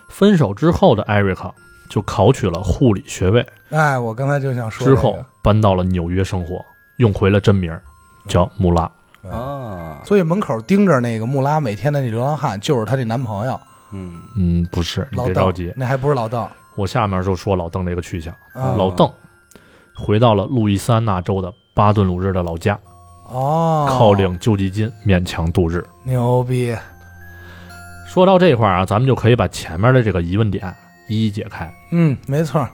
Speaker 2: 分手之后的艾瑞克就考取了护理学位，
Speaker 3: 哎，我刚才就想说
Speaker 2: 之
Speaker 3: 这
Speaker 2: 后
Speaker 3: 个
Speaker 2: 搬到了纽约生活，用回了真名儿叫穆拉。
Speaker 3: 嗯
Speaker 1: 啊，
Speaker 3: 所以门口盯着那个穆拉每天的那流浪汉就是她这男朋友
Speaker 1: 嗯
Speaker 2: 嗯，不是，你
Speaker 3: 老
Speaker 2: 别
Speaker 3: 邓，
Speaker 2: 着急，
Speaker 3: 那还不是老邓啊？
Speaker 2: 我下面就说老邓这个去向。
Speaker 1: 啊
Speaker 2: 老邓回到了路易斯安那州的巴顿鲁日的老家，
Speaker 3: 哦，
Speaker 2: 靠领救济金勉强度日。
Speaker 3: 牛逼，
Speaker 2: 说到这块儿啊，咱们就可以把前面的这个疑问点一一解开。
Speaker 3: 嗯，没错，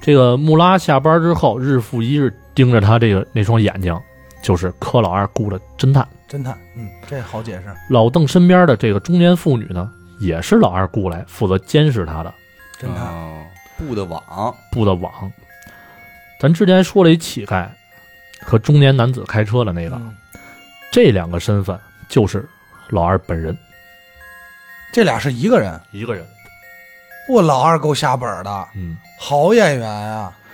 Speaker 2: 这个穆拉下班之后，日复一日盯着他这个那双眼睛，就是柯老二雇的侦探。
Speaker 3: 侦探，嗯，这好解释，
Speaker 2: 老邓身边的这个中年妇女呢，也是老二雇来负责监视他的
Speaker 3: 侦
Speaker 2: 啊
Speaker 3: 探，
Speaker 1: 哦布的网，
Speaker 2: 布的网。咱之前说了一乞丐，和中年男子开车的那个，
Speaker 3: 嗯
Speaker 2: 这两个身份就是老二本人
Speaker 3: 这俩是一个人。
Speaker 2: 一个人。
Speaker 3: 我老二够下本儿的，
Speaker 2: 嗯，
Speaker 3: 好演员啊！
Speaker 2: 哎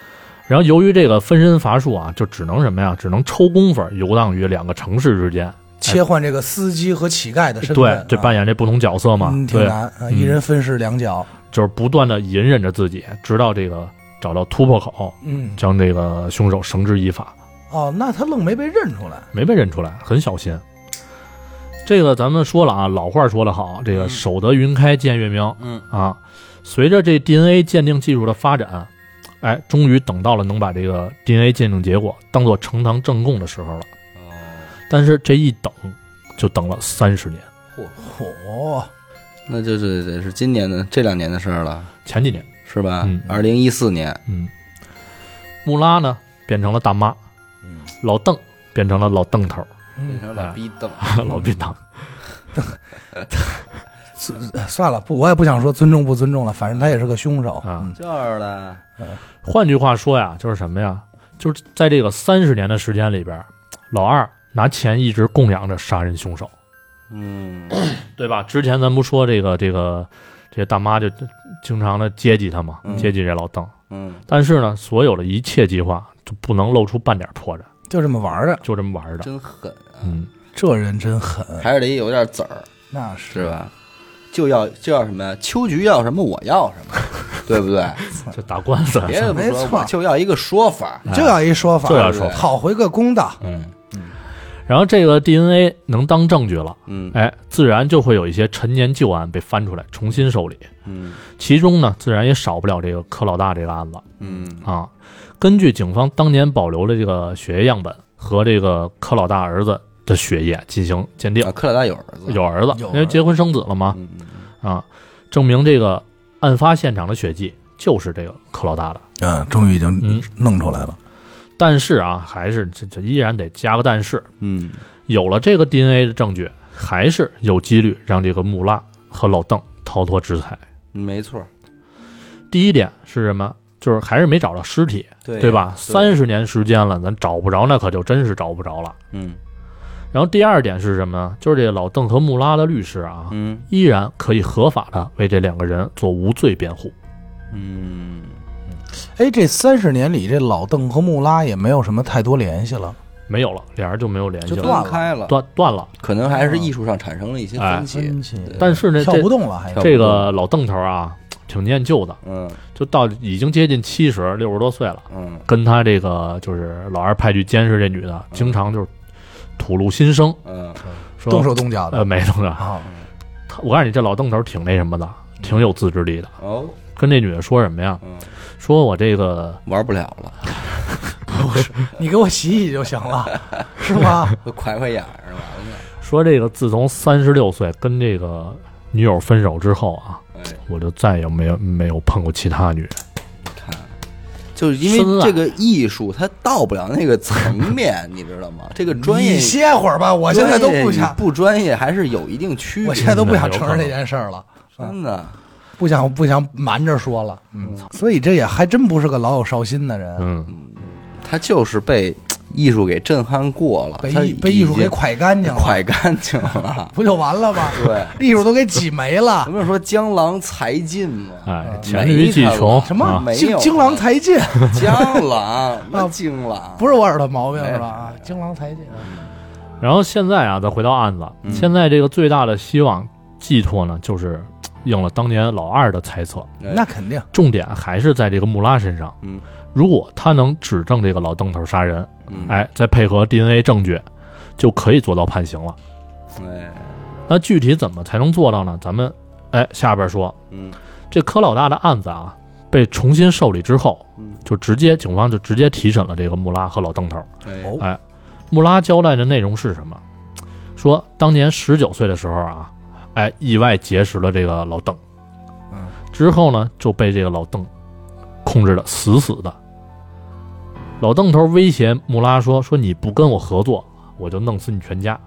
Speaker 2: 然后由于这个分身乏术啊，就只能什么呀？只能抽工夫游荡于两个城市之间。
Speaker 3: 切换这个司机和乞丐的身份
Speaker 2: 对
Speaker 3: 啊，，
Speaker 2: 这扮演这不同角色嘛，
Speaker 3: 嗯挺
Speaker 2: 对，
Speaker 3: 难啊，一人分饰两角。
Speaker 2: 就是不断的隐忍着自己，直到这个找到突破口，
Speaker 3: 嗯，
Speaker 2: 将这个凶手绳之以法。
Speaker 3: 哦，那他愣没被认出来。
Speaker 2: 没被认出来，很小心。这个咱们说了啊，老话说得好，这个
Speaker 1: 嗯
Speaker 2: 守得云开见月明
Speaker 1: 嗯
Speaker 2: 啊。随着这 DNA 鉴定技术的发展，哎，终于等到了能把这个 DNA 鉴定结果当做呈堂证供的时候了。
Speaker 1: 哦
Speaker 2: 但是这一等就等了三十年，
Speaker 3: 嚯，
Speaker 1: 那就是得是今年的这两年的事儿了，
Speaker 2: 前几年，
Speaker 1: 是吧
Speaker 2: 嗯？
Speaker 1: 二零一四年，
Speaker 2: 嗯，穆拉呢变成了大妈，
Speaker 1: 嗯，
Speaker 2: 老邓变成了老 邓头儿，
Speaker 1: 变
Speaker 3: 嗯，
Speaker 1: 成
Speaker 2: 啊
Speaker 1: 老逼瞪，
Speaker 2: 老逼当。
Speaker 3: 哎算了，不，我也不想说尊重不尊重了，反正他也是个凶手
Speaker 2: 啊
Speaker 3: 嗯
Speaker 1: 就是了，
Speaker 2: 换句话说呀，就是什么呀？就是在这个三十年的时间里边，老二拿钱一直供养着杀人凶手，
Speaker 1: 嗯，
Speaker 2: 对吧？之前咱不说这个这个这大妈就经常的接济他嘛，
Speaker 1: 嗯
Speaker 2: 接济这老邓。
Speaker 1: 嗯，
Speaker 2: 但是呢，所有的一切计划就不能露出半点破绽，
Speaker 3: 就这么玩儿的。
Speaker 2: 就这么玩的。
Speaker 1: 真狠啊，
Speaker 2: 嗯，
Speaker 3: 这人真狠，
Speaker 1: 还是得有点籽儿，
Speaker 3: 那是
Speaker 1: 是吧？就要就要什么呀？秋菊要什么，我要什么， 对不对？
Speaker 2: 这打官司，
Speaker 1: 嗯别的不
Speaker 3: 没
Speaker 1: 说，
Speaker 3: 错
Speaker 1: 我就要一个说法。
Speaker 3: 就要哎一说法，
Speaker 2: 就要说
Speaker 1: 法
Speaker 3: 讨回个公道。
Speaker 1: 嗯
Speaker 2: 然后这个 DNA 能当证据了，
Speaker 1: 嗯
Speaker 2: 哎，自然就会有一些陈年旧案被翻出来重新受理，
Speaker 1: 嗯
Speaker 2: 其中呢，自然也少不了这个柯老大这个案子。
Speaker 1: 嗯
Speaker 2: 啊，根据警方当年保留的这个血液样本和这个柯老大儿子的血液进行鉴定
Speaker 1: 啊，，克老大有儿子，
Speaker 2: 有儿子，
Speaker 3: 有
Speaker 2: 因为
Speaker 3: 儿
Speaker 2: 结婚生子了嘛，
Speaker 1: 嗯，嗯
Speaker 2: 啊，证明这个案发现场的血迹就是这个柯老大的。
Speaker 3: 嗯，终于已
Speaker 2: 嗯
Speaker 3: 经弄出来了。
Speaker 2: 但是啊，还是这这依然得加个但是，
Speaker 1: 嗯
Speaker 2: 有了这个 DNA 的证据，还是有几率让这个穆拉和老邓逃脱制裁。
Speaker 1: 嗯，没错儿，
Speaker 2: 第一点是什么？就是还是没找着尸体，
Speaker 1: 对
Speaker 2: 对吧？三十年时间了，咱找不着，那可就真是找不着了。
Speaker 1: 嗯
Speaker 2: 然后第二点是什么呢？就是这老邓和穆拉的律师啊，
Speaker 1: 嗯
Speaker 2: 依然可以合法的为这两个人做无罪辩护。
Speaker 1: 嗯，
Speaker 3: 哎，这三十年里，这老邓和穆拉也没有什么太多联系了。
Speaker 2: 没有了，俩人就没有联系了，
Speaker 3: 就
Speaker 1: 断开了，
Speaker 2: 断哎断了。
Speaker 1: 可能还是艺术上产生了一些分歧。对
Speaker 2: 但是呢，
Speaker 3: 跳不
Speaker 2: 这
Speaker 3: 动了，还
Speaker 1: 跳
Speaker 2: 这个老邓头啊，挺念旧的，
Speaker 1: 嗯
Speaker 2: 就到已经接近七十六十多岁了，
Speaker 1: 嗯
Speaker 2: 跟他这个就是老二派去监视这女
Speaker 3: 嗯
Speaker 2: 的，经常就是吐露心声，
Speaker 1: 嗯
Speaker 2: 说
Speaker 3: 动手动脚
Speaker 2: 呃
Speaker 3: 的
Speaker 2: 没动手。
Speaker 3: 啊，
Speaker 2: 他我告诉你，这老邓头挺那什么的，挺有自制力的。
Speaker 1: 哦
Speaker 2: 跟这女的说什么呀？
Speaker 1: 嗯，
Speaker 2: 说我这个
Speaker 1: 玩不了了，
Speaker 3: 你给我洗洗就行了，是吗？
Speaker 1: 都快快眼儿完了。
Speaker 2: 说这个自从三十六岁跟这个女友分手之后啊，
Speaker 1: 哎，
Speaker 2: 我就再也没有没有碰过其他女人。
Speaker 1: 就是因为这个艺术，它到不了那个层面，你知道 吗？这个专业
Speaker 3: 你，歇会儿吧，我现在都不
Speaker 1: 专业与
Speaker 3: 想，
Speaker 1: 不专业，还是有一定区别。
Speaker 3: 我现在都不想承认这件事儿了，
Speaker 1: 真的，
Speaker 3: 不想不想瞒着说了。嗯，所以这也还真不是个老有少心的人，
Speaker 2: 嗯，
Speaker 1: 他就是被艺术给震撼过了，
Speaker 3: 被
Speaker 1: 他
Speaker 3: 艺被艺术给
Speaker 1: 快
Speaker 3: 快干净了，。
Speaker 1: 快干净了
Speaker 3: 不就完了吗？
Speaker 1: 对，
Speaker 3: 艺术都给挤没了
Speaker 1: 咱，们说江郎才尽 嘛，
Speaker 2: 哎，
Speaker 3: 嗯
Speaker 2: 黔驴技穷，
Speaker 3: 什
Speaker 2: 啊
Speaker 3: 么
Speaker 1: 没有
Speaker 3: 精
Speaker 1: 了
Speaker 3: 精狼才 尽，
Speaker 1: 江郎那精郎
Speaker 3: 不
Speaker 1: 啊是
Speaker 3: 是我耳朵毛病
Speaker 1: 没
Speaker 3: 是吧？啊，精狼才尽，
Speaker 2: 嗯然后现在啊，再回到案子，
Speaker 1: 嗯
Speaker 2: 现在这个最大的希望寄托呢，就是应了当年老二的猜测，
Speaker 1: 哎
Speaker 3: 那肯定。
Speaker 2: 重点还是在这个穆拉身上。
Speaker 1: 嗯，
Speaker 2: 如果他能指证这个老邓头杀人，
Speaker 1: 嗯
Speaker 2: 哎，再配合 DNA 证据，就可以做到判刑了。
Speaker 1: 哎
Speaker 2: 那具体怎么才能做到呢？咱们哎下边说。
Speaker 1: 嗯
Speaker 2: 这柯老大的案子啊，被重新受理之后，
Speaker 1: 嗯
Speaker 2: 就直接警方就直接提审了这个穆拉和老邓头。
Speaker 1: 哎
Speaker 3: 哦
Speaker 2: 穆拉交代的内容是什么？说当年十九岁的时候啊，哎，意外结识了这个老邓，
Speaker 3: 嗯，
Speaker 2: 之后呢就被这个老邓控制的死死的。老邓头威胁穆拉说：“说你不跟我合作，我就弄死你全家。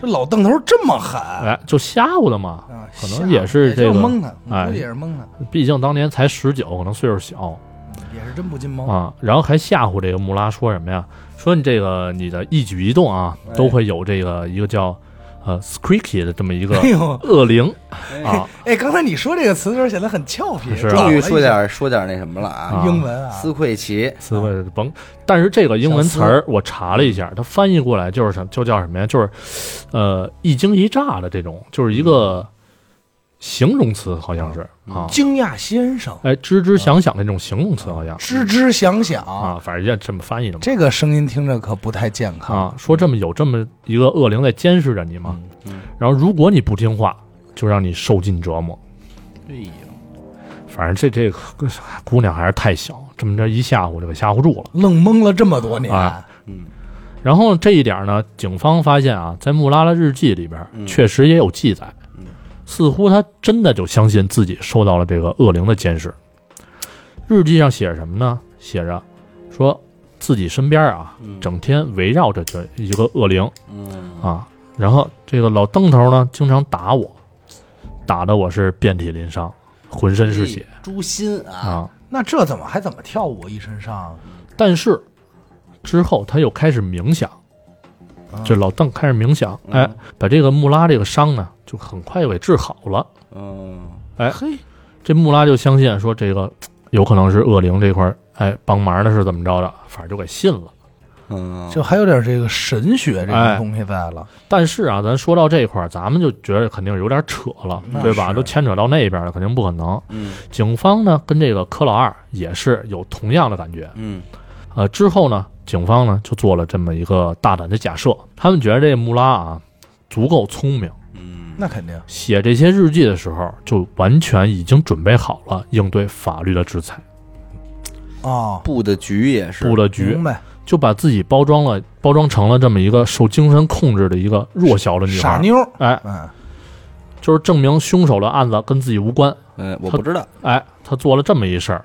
Speaker 3: 这老邓头这么狠”啊，
Speaker 2: 哎，就吓唬的嘛。可能
Speaker 3: 吓
Speaker 2: 也是
Speaker 3: 就
Speaker 2: 这个
Speaker 3: 蒙他，
Speaker 2: 哎
Speaker 3: 估计也是蒙他。
Speaker 2: 毕竟当年才十九，可能岁数小，
Speaker 3: 也是真不禁猫。
Speaker 2: 啊，然后还吓唬这个穆拉说什么呀？说你这个你的一举一动啊，都会有这个一个叫呃 Squeaky 的这么一个
Speaker 3: 哎呦，
Speaker 2: 恶灵啊，
Speaker 3: 哎，刚才你说这个词的时候显得很俏皮，
Speaker 2: 是啊
Speaker 1: 终于说点说点那什么了啊，
Speaker 3: 英文啊，
Speaker 1: 斯奎奇
Speaker 2: 词汇甭。但是这个英文词儿我查了一下，它翻译过来就是什就叫什么呀？就是呃一惊一乍的这种，就是一个形容词，好像是啊，
Speaker 3: 惊讶先生，
Speaker 2: 哎，吱吱响响的那种形容词，好像
Speaker 3: 吱吱响响，
Speaker 2: 啊，反正也这么翻译的嘛。
Speaker 3: 这个声音听着可不太健康。
Speaker 2: 啊，说这么有这么一个恶灵在监视着你吗？
Speaker 1: 嗯
Speaker 2: 然后如果你不听话，就让你受尽折磨。
Speaker 1: 哎呦，
Speaker 2: 反正这这个姑娘还是太小，这么着一吓唬就给吓唬住了。
Speaker 3: 愣蒙了这么多年，
Speaker 2: 啊
Speaker 1: 嗯
Speaker 2: 然后这一点呢，警方发现啊，在穆拉拉日记里边
Speaker 1: 嗯
Speaker 2: 确实也有记载，似乎他真的就相信自己受到了这个恶灵的监视。日记上写着什么呢？写着说自己身边啊，
Speaker 1: 嗯
Speaker 2: 整天围绕着这一个恶灵，
Speaker 1: 嗯
Speaker 2: 啊，然后这个老邓头呢，经常打我，打的我是遍体鳞伤，浑身是血，
Speaker 1: 诛心啊，
Speaker 3: 哎
Speaker 2: 啊。
Speaker 3: 那这怎么还怎么跳舞一身上？
Speaker 2: 嗯但是之后他又开始冥想，
Speaker 3: 啊
Speaker 2: 这老邓开始冥想，
Speaker 3: 嗯
Speaker 2: 哎，把这个穆拉这个伤呢，就很快就给治好了。
Speaker 1: 嗯
Speaker 2: 哎，
Speaker 3: 嘿，
Speaker 2: 这穆拉就相信说这个有可能是恶灵这块儿，哎，帮忙的是怎么着的，反正就给信了。
Speaker 1: 嗯，
Speaker 3: 就还有点这个神学这
Speaker 2: 哎
Speaker 3: 个东西在了，
Speaker 2: 但是啊，咱说到这块儿，咱们就觉得肯定有点扯了，
Speaker 3: 那
Speaker 2: 对吧？
Speaker 3: 是
Speaker 2: 都牵扯到那边了，肯定不可能。
Speaker 1: 嗯
Speaker 2: 警方呢跟这个柯老二也是有同样的感觉。
Speaker 1: 嗯
Speaker 2: 呃，之后呢，警方呢就做了这么一个大胆的假设，他们觉得这穆拉啊足够聪明，
Speaker 1: 嗯，
Speaker 3: 那肯定
Speaker 2: 写这些日记的时候就完全已经准备好了应对法律的制裁。
Speaker 3: 哦，
Speaker 1: 布的局也是
Speaker 2: 布了局
Speaker 3: 明，白，
Speaker 2: 就把自己包装了，包装成了这么一个受精神控制的一个弱小的女
Speaker 3: 傻
Speaker 2: 孩。
Speaker 3: 妞儿，
Speaker 2: 哎，
Speaker 3: 嗯，
Speaker 2: 就是证明凶手的案子跟自己无关。
Speaker 1: 嗯，我不知道，
Speaker 2: 哎，他做了这么一事儿。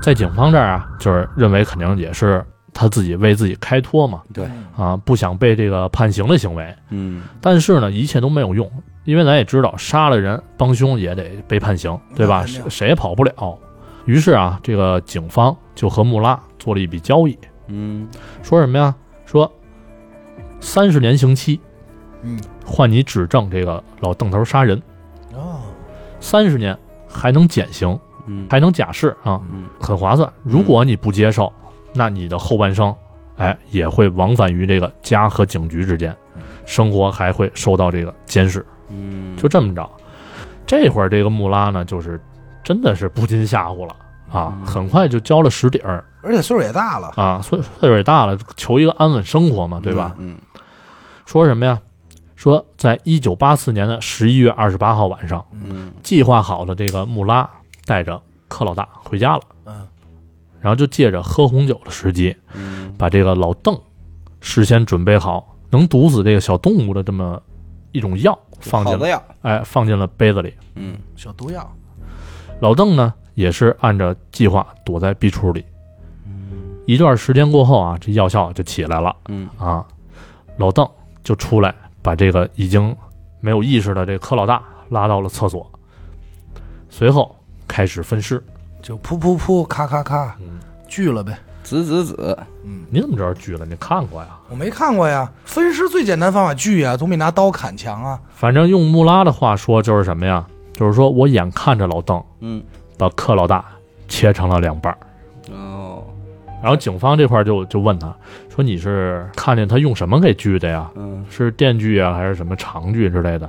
Speaker 2: 在警方这儿啊，就是认为肯定也是他自己为自己开脱嘛，
Speaker 1: 对，
Speaker 2: 啊，不想被这个判刑的行为。
Speaker 1: 嗯
Speaker 2: 但是呢，一切都没有用，因为咱也知道，杀了人，帮凶也得被判刑，对吧？
Speaker 3: 那肯定
Speaker 2: 谁谁也跑不了。于是啊，这个警方就和穆拉做了一笔交易，
Speaker 1: 嗯
Speaker 2: 说什么呀？说三十年刑期，
Speaker 3: 嗯，
Speaker 2: 换你指证这个老邓头杀人，
Speaker 3: 哦，
Speaker 2: 三十年还能减刑，
Speaker 1: 嗯
Speaker 2: 还能假释啊，
Speaker 1: 嗯
Speaker 2: 很划算。如果你不接受，那你的后半生，哎，也会往返于这个家和警局之间，生活还会受到这个监视。
Speaker 1: 嗯，
Speaker 2: 就这么着，这会儿这个穆拉呢，就是真的是不禁吓唬了啊，
Speaker 1: 嗯
Speaker 2: 很快就交了实底儿
Speaker 3: 而且岁数也大了，
Speaker 2: 啊，岁岁数也大了，求一个安稳生活嘛，对吧？
Speaker 1: 嗯
Speaker 2: 说什么呀？说在一九八四年的十一月二十八号晚上，
Speaker 1: 嗯
Speaker 2: 计划好的这个穆拉带着克老大回家了，
Speaker 3: 嗯，
Speaker 2: 然后就借着喝红酒的时机，
Speaker 1: 嗯
Speaker 2: 把这个老邓事先准备好能毒死这个小动物的这么一种药放进
Speaker 1: 好的
Speaker 2: 了，
Speaker 1: 药，
Speaker 2: 哎，放进了杯子里。
Speaker 1: 嗯
Speaker 3: 小毒药，
Speaker 2: 老邓呢，也是按照计划躲在壁橱里。一段时间过后啊，这药效就起来了
Speaker 1: 嗯
Speaker 2: 啊，老邓就出来把这个已经没有意识的这柯老大拉到了厕所，随后开始分尸。
Speaker 3: 就噗噗噗，咔咔咔，锯了呗。嗯
Speaker 1: 子子子，
Speaker 2: 你怎么知道剧了？你看过呀？
Speaker 3: 我没看过呀，分尸最简单方法锯呀，总比拿刀砍强啊。
Speaker 2: 反正用穆拉的话说就是什么呀？就是说我眼看着老邓
Speaker 1: 嗯
Speaker 2: 把柯老大切成了两半儿，
Speaker 1: 哦
Speaker 2: 然后警方这块儿就就问他说：“你是看见他用什么给锯的呀？”
Speaker 1: 嗯
Speaker 2: 是电锯啊，还是什么长锯之类的。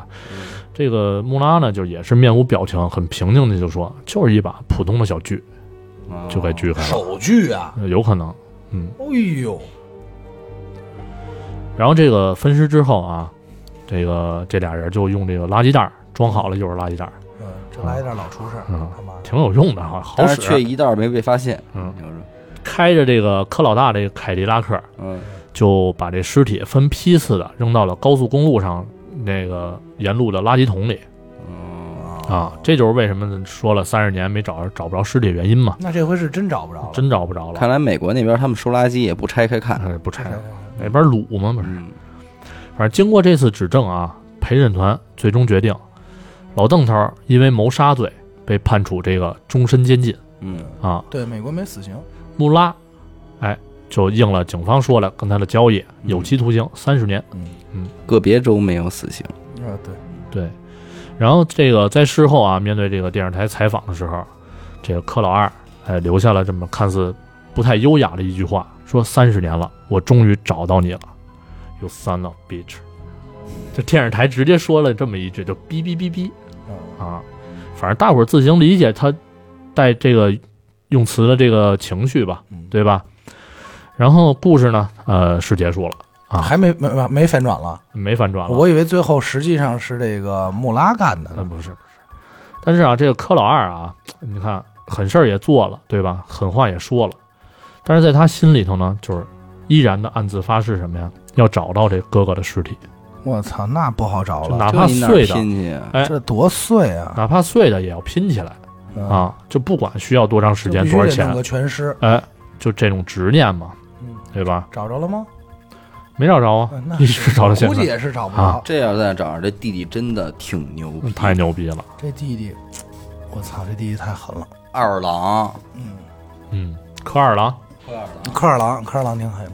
Speaker 2: 这个穆拉呢，就也是面无表情，很平静的就说，就是一把普通的小锯
Speaker 1: 哦
Speaker 2: 就给锯开了，
Speaker 3: 手锯啊，
Speaker 2: 呃有可能。
Speaker 3: 哎呦，
Speaker 2: 嗯然后这个分尸之后啊，这个这俩人就用这个垃圾袋儿装好了就是垃圾袋儿，
Speaker 3: 嗯，这来有点老出事儿，
Speaker 2: 嗯
Speaker 3: 他妈的，
Speaker 2: 挺有用的哈，好
Speaker 1: 但是却
Speaker 2: 使。啊
Speaker 1: 一道没被发现。
Speaker 2: 嗯，
Speaker 1: 就是
Speaker 2: 开着这个科老大这个凯迪拉克，
Speaker 1: 嗯
Speaker 2: 就把这尸体分批次的扔到了高速公路上那个沿路的垃圾桶里
Speaker 1: 嗯，
Speaker 2: 啊。这就是为什么说了三十年没找找不着尸体原因嘛，
Speaker 3: 那这回是真找不着了，
Speaker 2: 真找不着了。
Speaker 1: 看来美国那边他们收垃圾也不拆开看。
Speaker 2: 哎不拆
Speaker 3: 这回
Speaker 2: 那边鲁嘛，不是。
Speaker 1: 嗯，
Speaker 2: 反正经过这次指证啊，陪审团最终决定，老邓头儿因为谋杀罪被判处这个终身监禁
Speaker 1: 嗯，
Speaker 2: 啊。
Speaker 3: 对美国没死刑，
Speaker 2: 穆拉，哎，就应了警方说了跟他的交易，有期徒刑三十年。
Speaker 3: 嗯，
Speaker 1: 个别州没有死刑。
Speaker 3: 啊对，
Speaker 2: 对，然后这个在事后啊，面对这个电视台采访的时候，这个柯老二哎留下了这么看似不太优雅的一句话，说三十年了，我终于找到你了，You son of bitch。这电视台直接说了这么一句，就哔哔哔哔
Speaker 3: 嗯
Speaker 2: 啊，反正大伙儿自行理解他带这个用词的这个情绪吧，
Speaker 3: 嗯，
Speaker 2: 对吧？然后故事呢，呃，是结束了，啊
Speaker 3: 还没没没没反转了，
Speaker 2: 没反转了。嗯
Speaker 3: 我以为最后实际上是这个穆拉干的
Speaker 2: 那
Speaker 3: 呢，
Speaker 2: 不是不是，但是啊，这个柯老二啊，你看狠事儿也做了，对吧？狠话也说了，但是在他心里头呢，就是依然的暗自发誓什么呀？要找到这哥哥的尸体，
Speaker 3: 我操，那不好找
Speaker 2: 就
Speaker 3: 了，
Speaker 2: 哪
Speaker 1: 这
Speaker 2: 怕
Speaker 1: 你哪
Speaker 2: 碎
Speaker 1: 儿
Speaker 2: 的，
Speaker 1: 拼去啊？
Speaker 2: 哎
Speaker 3: 这多碎啊！
Speaker 2: 哪怕碎的也要拼起来
Speaker 3: 嗯，
Speaker 2: 啊！就不管需要多长时
Speaker 3: 这
Speaker 2: 间、
Speaker 3: 必须
Speaker 2: 多少
Speaker 3: 得弄
Speaker 2: 钱
Speaker 3: 个，全尸，嗯
Speaker 2: 哎，就这种执念嘛，对吧？
Speaker 3: 找着了吗？
Speaker 2: 没找着啊
Speaker 3: 嗯那，
Speaker 2: 一直找到现
Speaker 3: 估计
Speaker 2: 在，
Speaker 3: 也是找不
Speaker 2: 啊
Speaker 3: 着。
Speaker 1: 这要再找着，这弟弟真的挺牛逼，
Speaker 2: 嗯太牛逼了，
Speaker 3: 这弟弟，我操，这弟弟太狠了。
Speaker 1: 二郎，
Speaker 2: 嗯，柯二郎，
Speaker 3: 科二郎，科二郎挺狠的。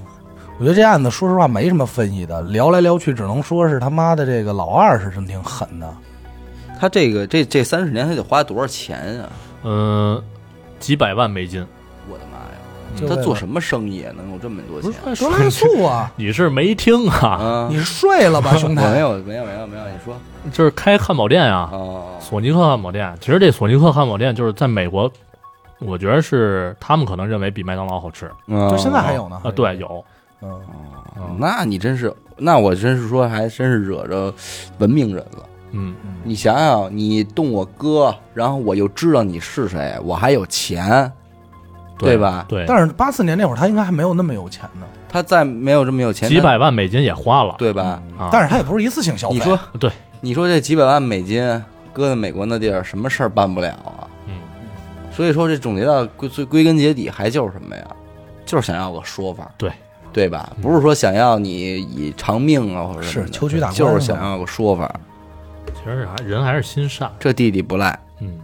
Speaker 3: 我觉得这案子，说实话没什么分析的，聊来聊去，只能说是他妈的这个老二是真挺狠的。
Speaker 1: 他这个这这三十年他得花多少钱啊？
Speaker 2: 嗯，几百万美金，
Speaker 1: 我的妈呀！
Speaker 3: 就
Speaker 1: 他
Speaker 3: 为
Speaker 1: 做
Speaker 3: 了
Speaker 1: 什么生意啊？能有这么多
Speaker 2: 不
Speaker 1: 钱
Speaker 2: 是？哎
Speaker 3: 德拉 素啊？
Speaker 2: 你是没听啊？
Speaker 1: 啊
Speaker 3: 你，睡了 吧，兄弟？
Speaker 1: 没有没有没有没有，你说
Speaker 2: 就是开汉堡店啊，
Speaker 1: 哦，
Speaker 2: 索尼克汉堡店。其实这索尼克汉堡店就是在美国，我觉得是他们可能认为比麦当劳好吃
Speaker 1: 就
Speaker 3: 就现在还有呢
Speaker 2: 啊。对，，有
Speaker 3: 嗯，
Speaker 2: 嗯
Speaker 1: 哦那你真是，那我真是说，还真是惹着文明人了。
Speaker 2: 嗯，
Speaker 1: 你想想，你动我哥，然后我又知道你是谁，我还有钱，对吧
Speaker 2: 对，
Speaker 3: 但是八四年那会儿他应该还没有那么有钱呢，
Speaker 1: 他再没有这么有钱，
Speaker 2: 几百万美金也花了
Speaker 1: 他，对吧？
Speaker 2: 啊，
Speaker 3: 但是他也不是一次性消费。
Speaker 1: 你说
Speaker 2: 对，
Speaker 1: 你说这几百万美金搁在美国那地儿，什么事儿办不了啊？
Speaker 2: 嗯，
Speaker 1: 所以说这总结到归最归根结底还就是什么呀？就是想要个说法，
Speaker 2: 对
Speaker 1: 对吧？不是说想要你以偿命啊，或者什么的
Speaker 3: 嗯是求取打官司
Speaker 1: 就是想要个说法。
Speaker 2: 其实还人还是心善，
Speaker 1: 这弟弟不赖，
Speaker 2: 嗯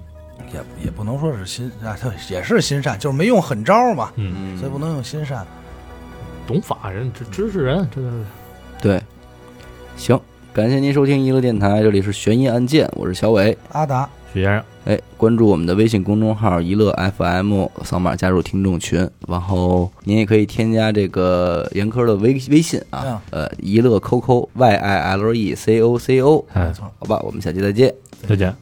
Speaker 3: 也也不能说是心啊，他也是心善，就是没用狠招嘛，
Speaker 2: 嗯，
Speaker 3: 所以不能用心善。嗯
Speaker 2: 懂法人，这知识人，这
Speaker 1: 对，行，感谢您收听娱乐电台，这里是悬疑案件，我是小伟。
Speaker 3: 阿达，
Speaker 2: 许先生，
Speaker 1: 哎，关注我们的微信公众号“一乐 FM”，扫码加入听众群，然后您也可以添加这个严科的微微信啊，呃，一乐 QQ Y I L E C O C O，
Speaker 2: 哎
Speaker 3: 没，错。
Speaker 1: 好吧，我们下期再见。
Speaker 2: 再见。